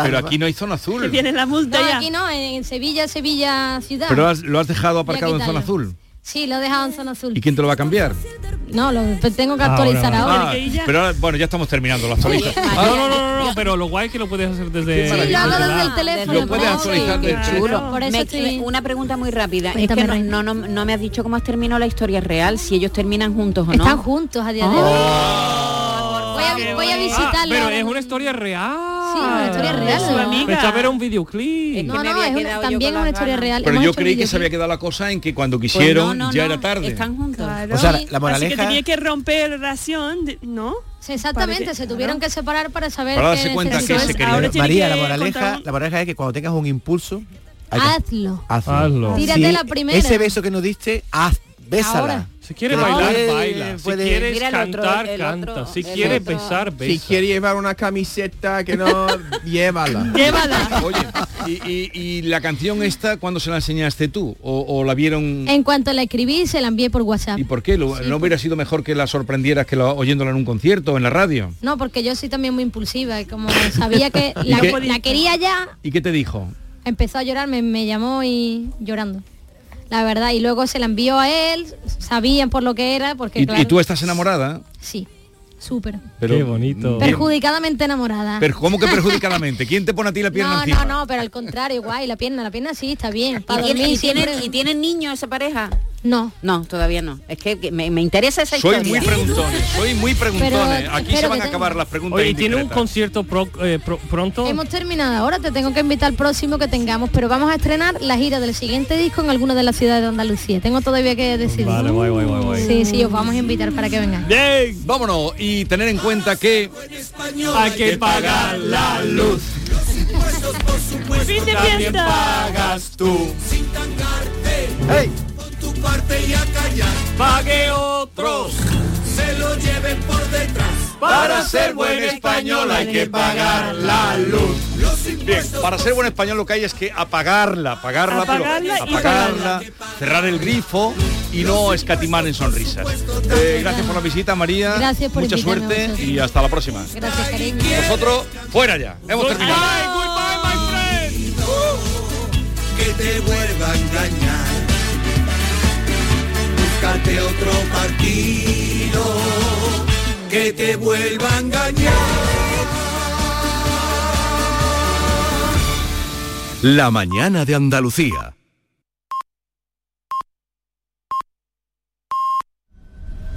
[SPEAKER 13] Pero aquí no hay zona azul.
[SPEAKER 32] la multa no, aquí no, en Sevilla, Sevilla ciudad.
[SPEAKER 13] Pero has- lo has dejado
[SPEAKER 32] Voy a
[SPEAKER 13] aparcado en zona
[SPEAKER 32] quitarlo.
[SPEAKER 13] azul.
[SPEAKER 32] Sí, lo he dejado en zona azul.
[SPEAKER 13] ¿Y quién te lo va a cambiar?
[SPEAKER 32] No, lo pues tengo que actualizar ahora.
[SPEAKER 13] Ah, pero ahora- bueno, ya estamos terminando Ah. la actualiza.
[SPEAKER 15] Ah, no, no, no, no, no, pero lo guay es que lo puedes hacer desde...
[SPEAKER 13] Sí, lo hago
[SPEAKER 15] desde
[SPEAKER 32] desde
[SPEAKER 15] la-
[SPEAKER 32] el teléfono.
[SPEAKER 13] Lo puedes actualizar
[SPEAKER 23] Qué
[SPEAKER 13] desde-
[SPEAKER 23] chulo.
[SPEAKER 32] Por eso
[SPEAKER 23] Me-
[SPEAKER 32] estoy-
[SPEAKER 23] Una pregunta muy rápida.
[SPEAKER 32] Cuéntame,
[SPEAKER 23] es que no, no, no- no me has dicho cómo has terminado la historia real, si ellos terminan juntos o no.
[SPEAKER 32] Están juntos a día de hoy. Voy a, voy a
[SPEAKER 15] Ah,
[SPEAKER 32] visitarlo.
[SPEAKER 15] pero
[SPEAKER 32] ahora.
[SPEAKER 15] es una historia real.
[SPEAKER 32] Sí, es una historia real.
[SPEAKER 15] Su amiga. Pensaba era un videoclip.
[SPEAKER 32] No, no, es una- también es una historia real.
[SPEAKER 13] Pero
[SPEAKER 32] Hemos
[SPEAKER 13] yo
[SPEAKER 32] hecho
[SPEAKER 13] creí que
[SPEAKER 32] videoclip. Pues
[SPEAKER 13] se había quedado la cosa en que cuando quisieron
[SPEAKER 32] no, no,
[SPEAKER 13] Pues ya
[SPEAKER 32] no,
[SPEAKER 13] era tarde.
[SPEAKER 23] juntos.
[SPEAKER 25] O sea, la- la
[SPEAKER 14] Así que
[SPEAKER 25] moraleja-
[SPEAKER 14] tenía que romper relación, de- ¿no?
[SPEAKER 32] Sí, Exactamente, se tuvieron que separar para saber
[SPEAKER 25] Para darse
[SPEAKER 32] que
[SPEAKER 25] cuenta
[SPEAKER 32] se-
[SPEAKER 25] que
[SPEAKER 32] Eso
[SPEAKER 25] se
[SPEAKER 32] es,
[SPEAKER 25] querían.
[SPEAKER 32] ahora tiene
[SPEAKER 25] María,
[SPEAKER 32] que
[SPEAKER 25] la moraleja,
[SPEAKER 32] contar-
[SPEAKER 25] la moraleja es que cuando tengas un impulso, hay que-
[SPEAKER 32] Hazlo.
[SPEAKER 25] hazlo.
[SPEAKER 32] Tírate la primera.
[SPEAKER 25] Ese beso que nos diste, haz, bésala.
[SPEAKER 32] Ahora.
[SPEAKER 15] Si quieres
[SPEAKER 25] Ahora.
[SPEAKER 15] bailar,
[SPEAKER 25] Puede-
[SPEAKER 15] baila. Si
[SPEAKER 25] puede-
[SPEAKER 15] quieres
[SPEAKER 25] Mira el otro,
[SPEAKER 15] cantar,
[SPEAKER 25] el
[SPEAKER 15] canta.
[SPEAKER 25] otro,
[SPEAKER 15] si
[SPEAKER 25] el
[SPEAKER 15] quieres
[SPEAKER 25] otro.
[SPEAKER 15] besar, besa.
[SPEAKER 16] Si quiere llevar una camiseta que no llévala.
[SPEAKER 32] Llévala.
[SPEAKER 13] Oye, y, y- y la canción esta, ¿cuándo se la enseñaste tú? ¿O, o la vieron?
[SPEAKER 32] En cuanto la escribí, se la envié por WhatsApp.
[SPEAKER 13] ¿Y por qué? Lo- ¿No hubiera sido mejor que la sorprendieras que la, oyéndola en un concierto o en la radio?
[SPEAKER 32] No, porque yo soy también muy impulsiva y como sabía que
[SPEAKER 13] ¿Y
[SPEAKER 32] la,
[SPEAKER 13] qué?
[SPEAKER 32] la quería ya,
[SPEAKER 13] ¿Y qué te dijo?
[SPEAKER 32] empezó a llorar, me, me llamó y llorando. La verdad, y luego se la envió a él, sabían por lo que era, porque
[SPEAKER 13] ¿Y,
[SPEAKER 32] claro,
[SPEAKER 13] y tú estás enamorada?
[SPEAKER 32] Sí, súper.
[SPEAKER 13] Pero, qué bonito.
[SPEAKER 32] Perjudicadamente enamorada.
[SPEAKER 13] Pero ¿cómo que perjudicadamente? ¿Quién te pone a ti la
[SPEAKER 32] Ah.
[SPEAKER 13] pierna
[SPEAKER 32] no,
[SPEAKER 13] encima?
[SPEAKER 32] no, no, pero al contrario, guay, la pierna, la pierna sí, está bien.
[SPEAKER 23] ¿Y,
[SPEAKER 32] Para
[SPEAKER 23] tiene-
[SPEAKER 32] dormir
[SPEAKER 23] y tienen,
[SPEAKER 32] siempre-
[SPEAKER 23] ¿Y tienen niños esa pareja?
[SPEAKER 32] No.
[SPEAKER 23] No, todavía no. Es que, que me, me interesa esa
[SPEAKER 13] Soy
[SPEAKER 23] historia.
[SPEAKER 13] muy preguntón, soy muy preguntón. eh.
[SPEAKER 32] Pero
[SPEAKER 13] Aquí se
[SPEAKER 32] espero
[SPEAKER 13] van
[SPEAKER 32] que
[SPEAKER 13] a acabar las preguntas.
[SPEAKER 15] Oye, ¿y tiene un eh,
[SPEAKER 13] concierto pronto?
[SPEAKER 32] Hemos terminado ahora, te tengo que invitar al próximo que tengamos, pero vamos a estrenar la gira del siguiente disco en alguna de las ciudades de Andalucía. Tengo todavía que decidir.
[SPEAKER 13] Vale, guay, guay, guay, guay.
[SPEAKER 32] Sí, sí, os vamos a invitar para que vengáis.
[SPEAKER 13] Bien, vámonos y tener en cuenta que hay que pagar la luz.
[SPEAKER 26] Fin de
[SPEAKER 13] También
[SPEAKER 26] fiesta.
[SPEAKER 13] pagas tú.
[SPEAKER 26] Sin tangarte. Con tu parte y a callar. Pague otros. Se lo lleven por detrás.
[SPEAKER 13] Para ser buen español hay que pagar la luz. Bien, para ser buen español lo que hay es que apagarla, apagarla, pero
[SPEAKER 26] Apagarla y
[SPEAKER 13] apagarla, cerrar el grifo y no escatimar en sonrisas. Eh, gracias por la visita, María.
[SPEAKER 32] Gracias por
[SPEAKER 13] Mucha
[SPEAKER 32] invitarnos.
[SPEAKER 13] suerte y hasta la próxima.
[SPEAKER 32] Gracias, cariño.
[SPEAKER 13] Nosotros fuera ya. Hemos terminado.
[SPEAKER 26] Que te vuelva a engañar. Búscate otro partido. Que te vuelva a engañar.
[SPEAKER 34] La mañana de Andalucía.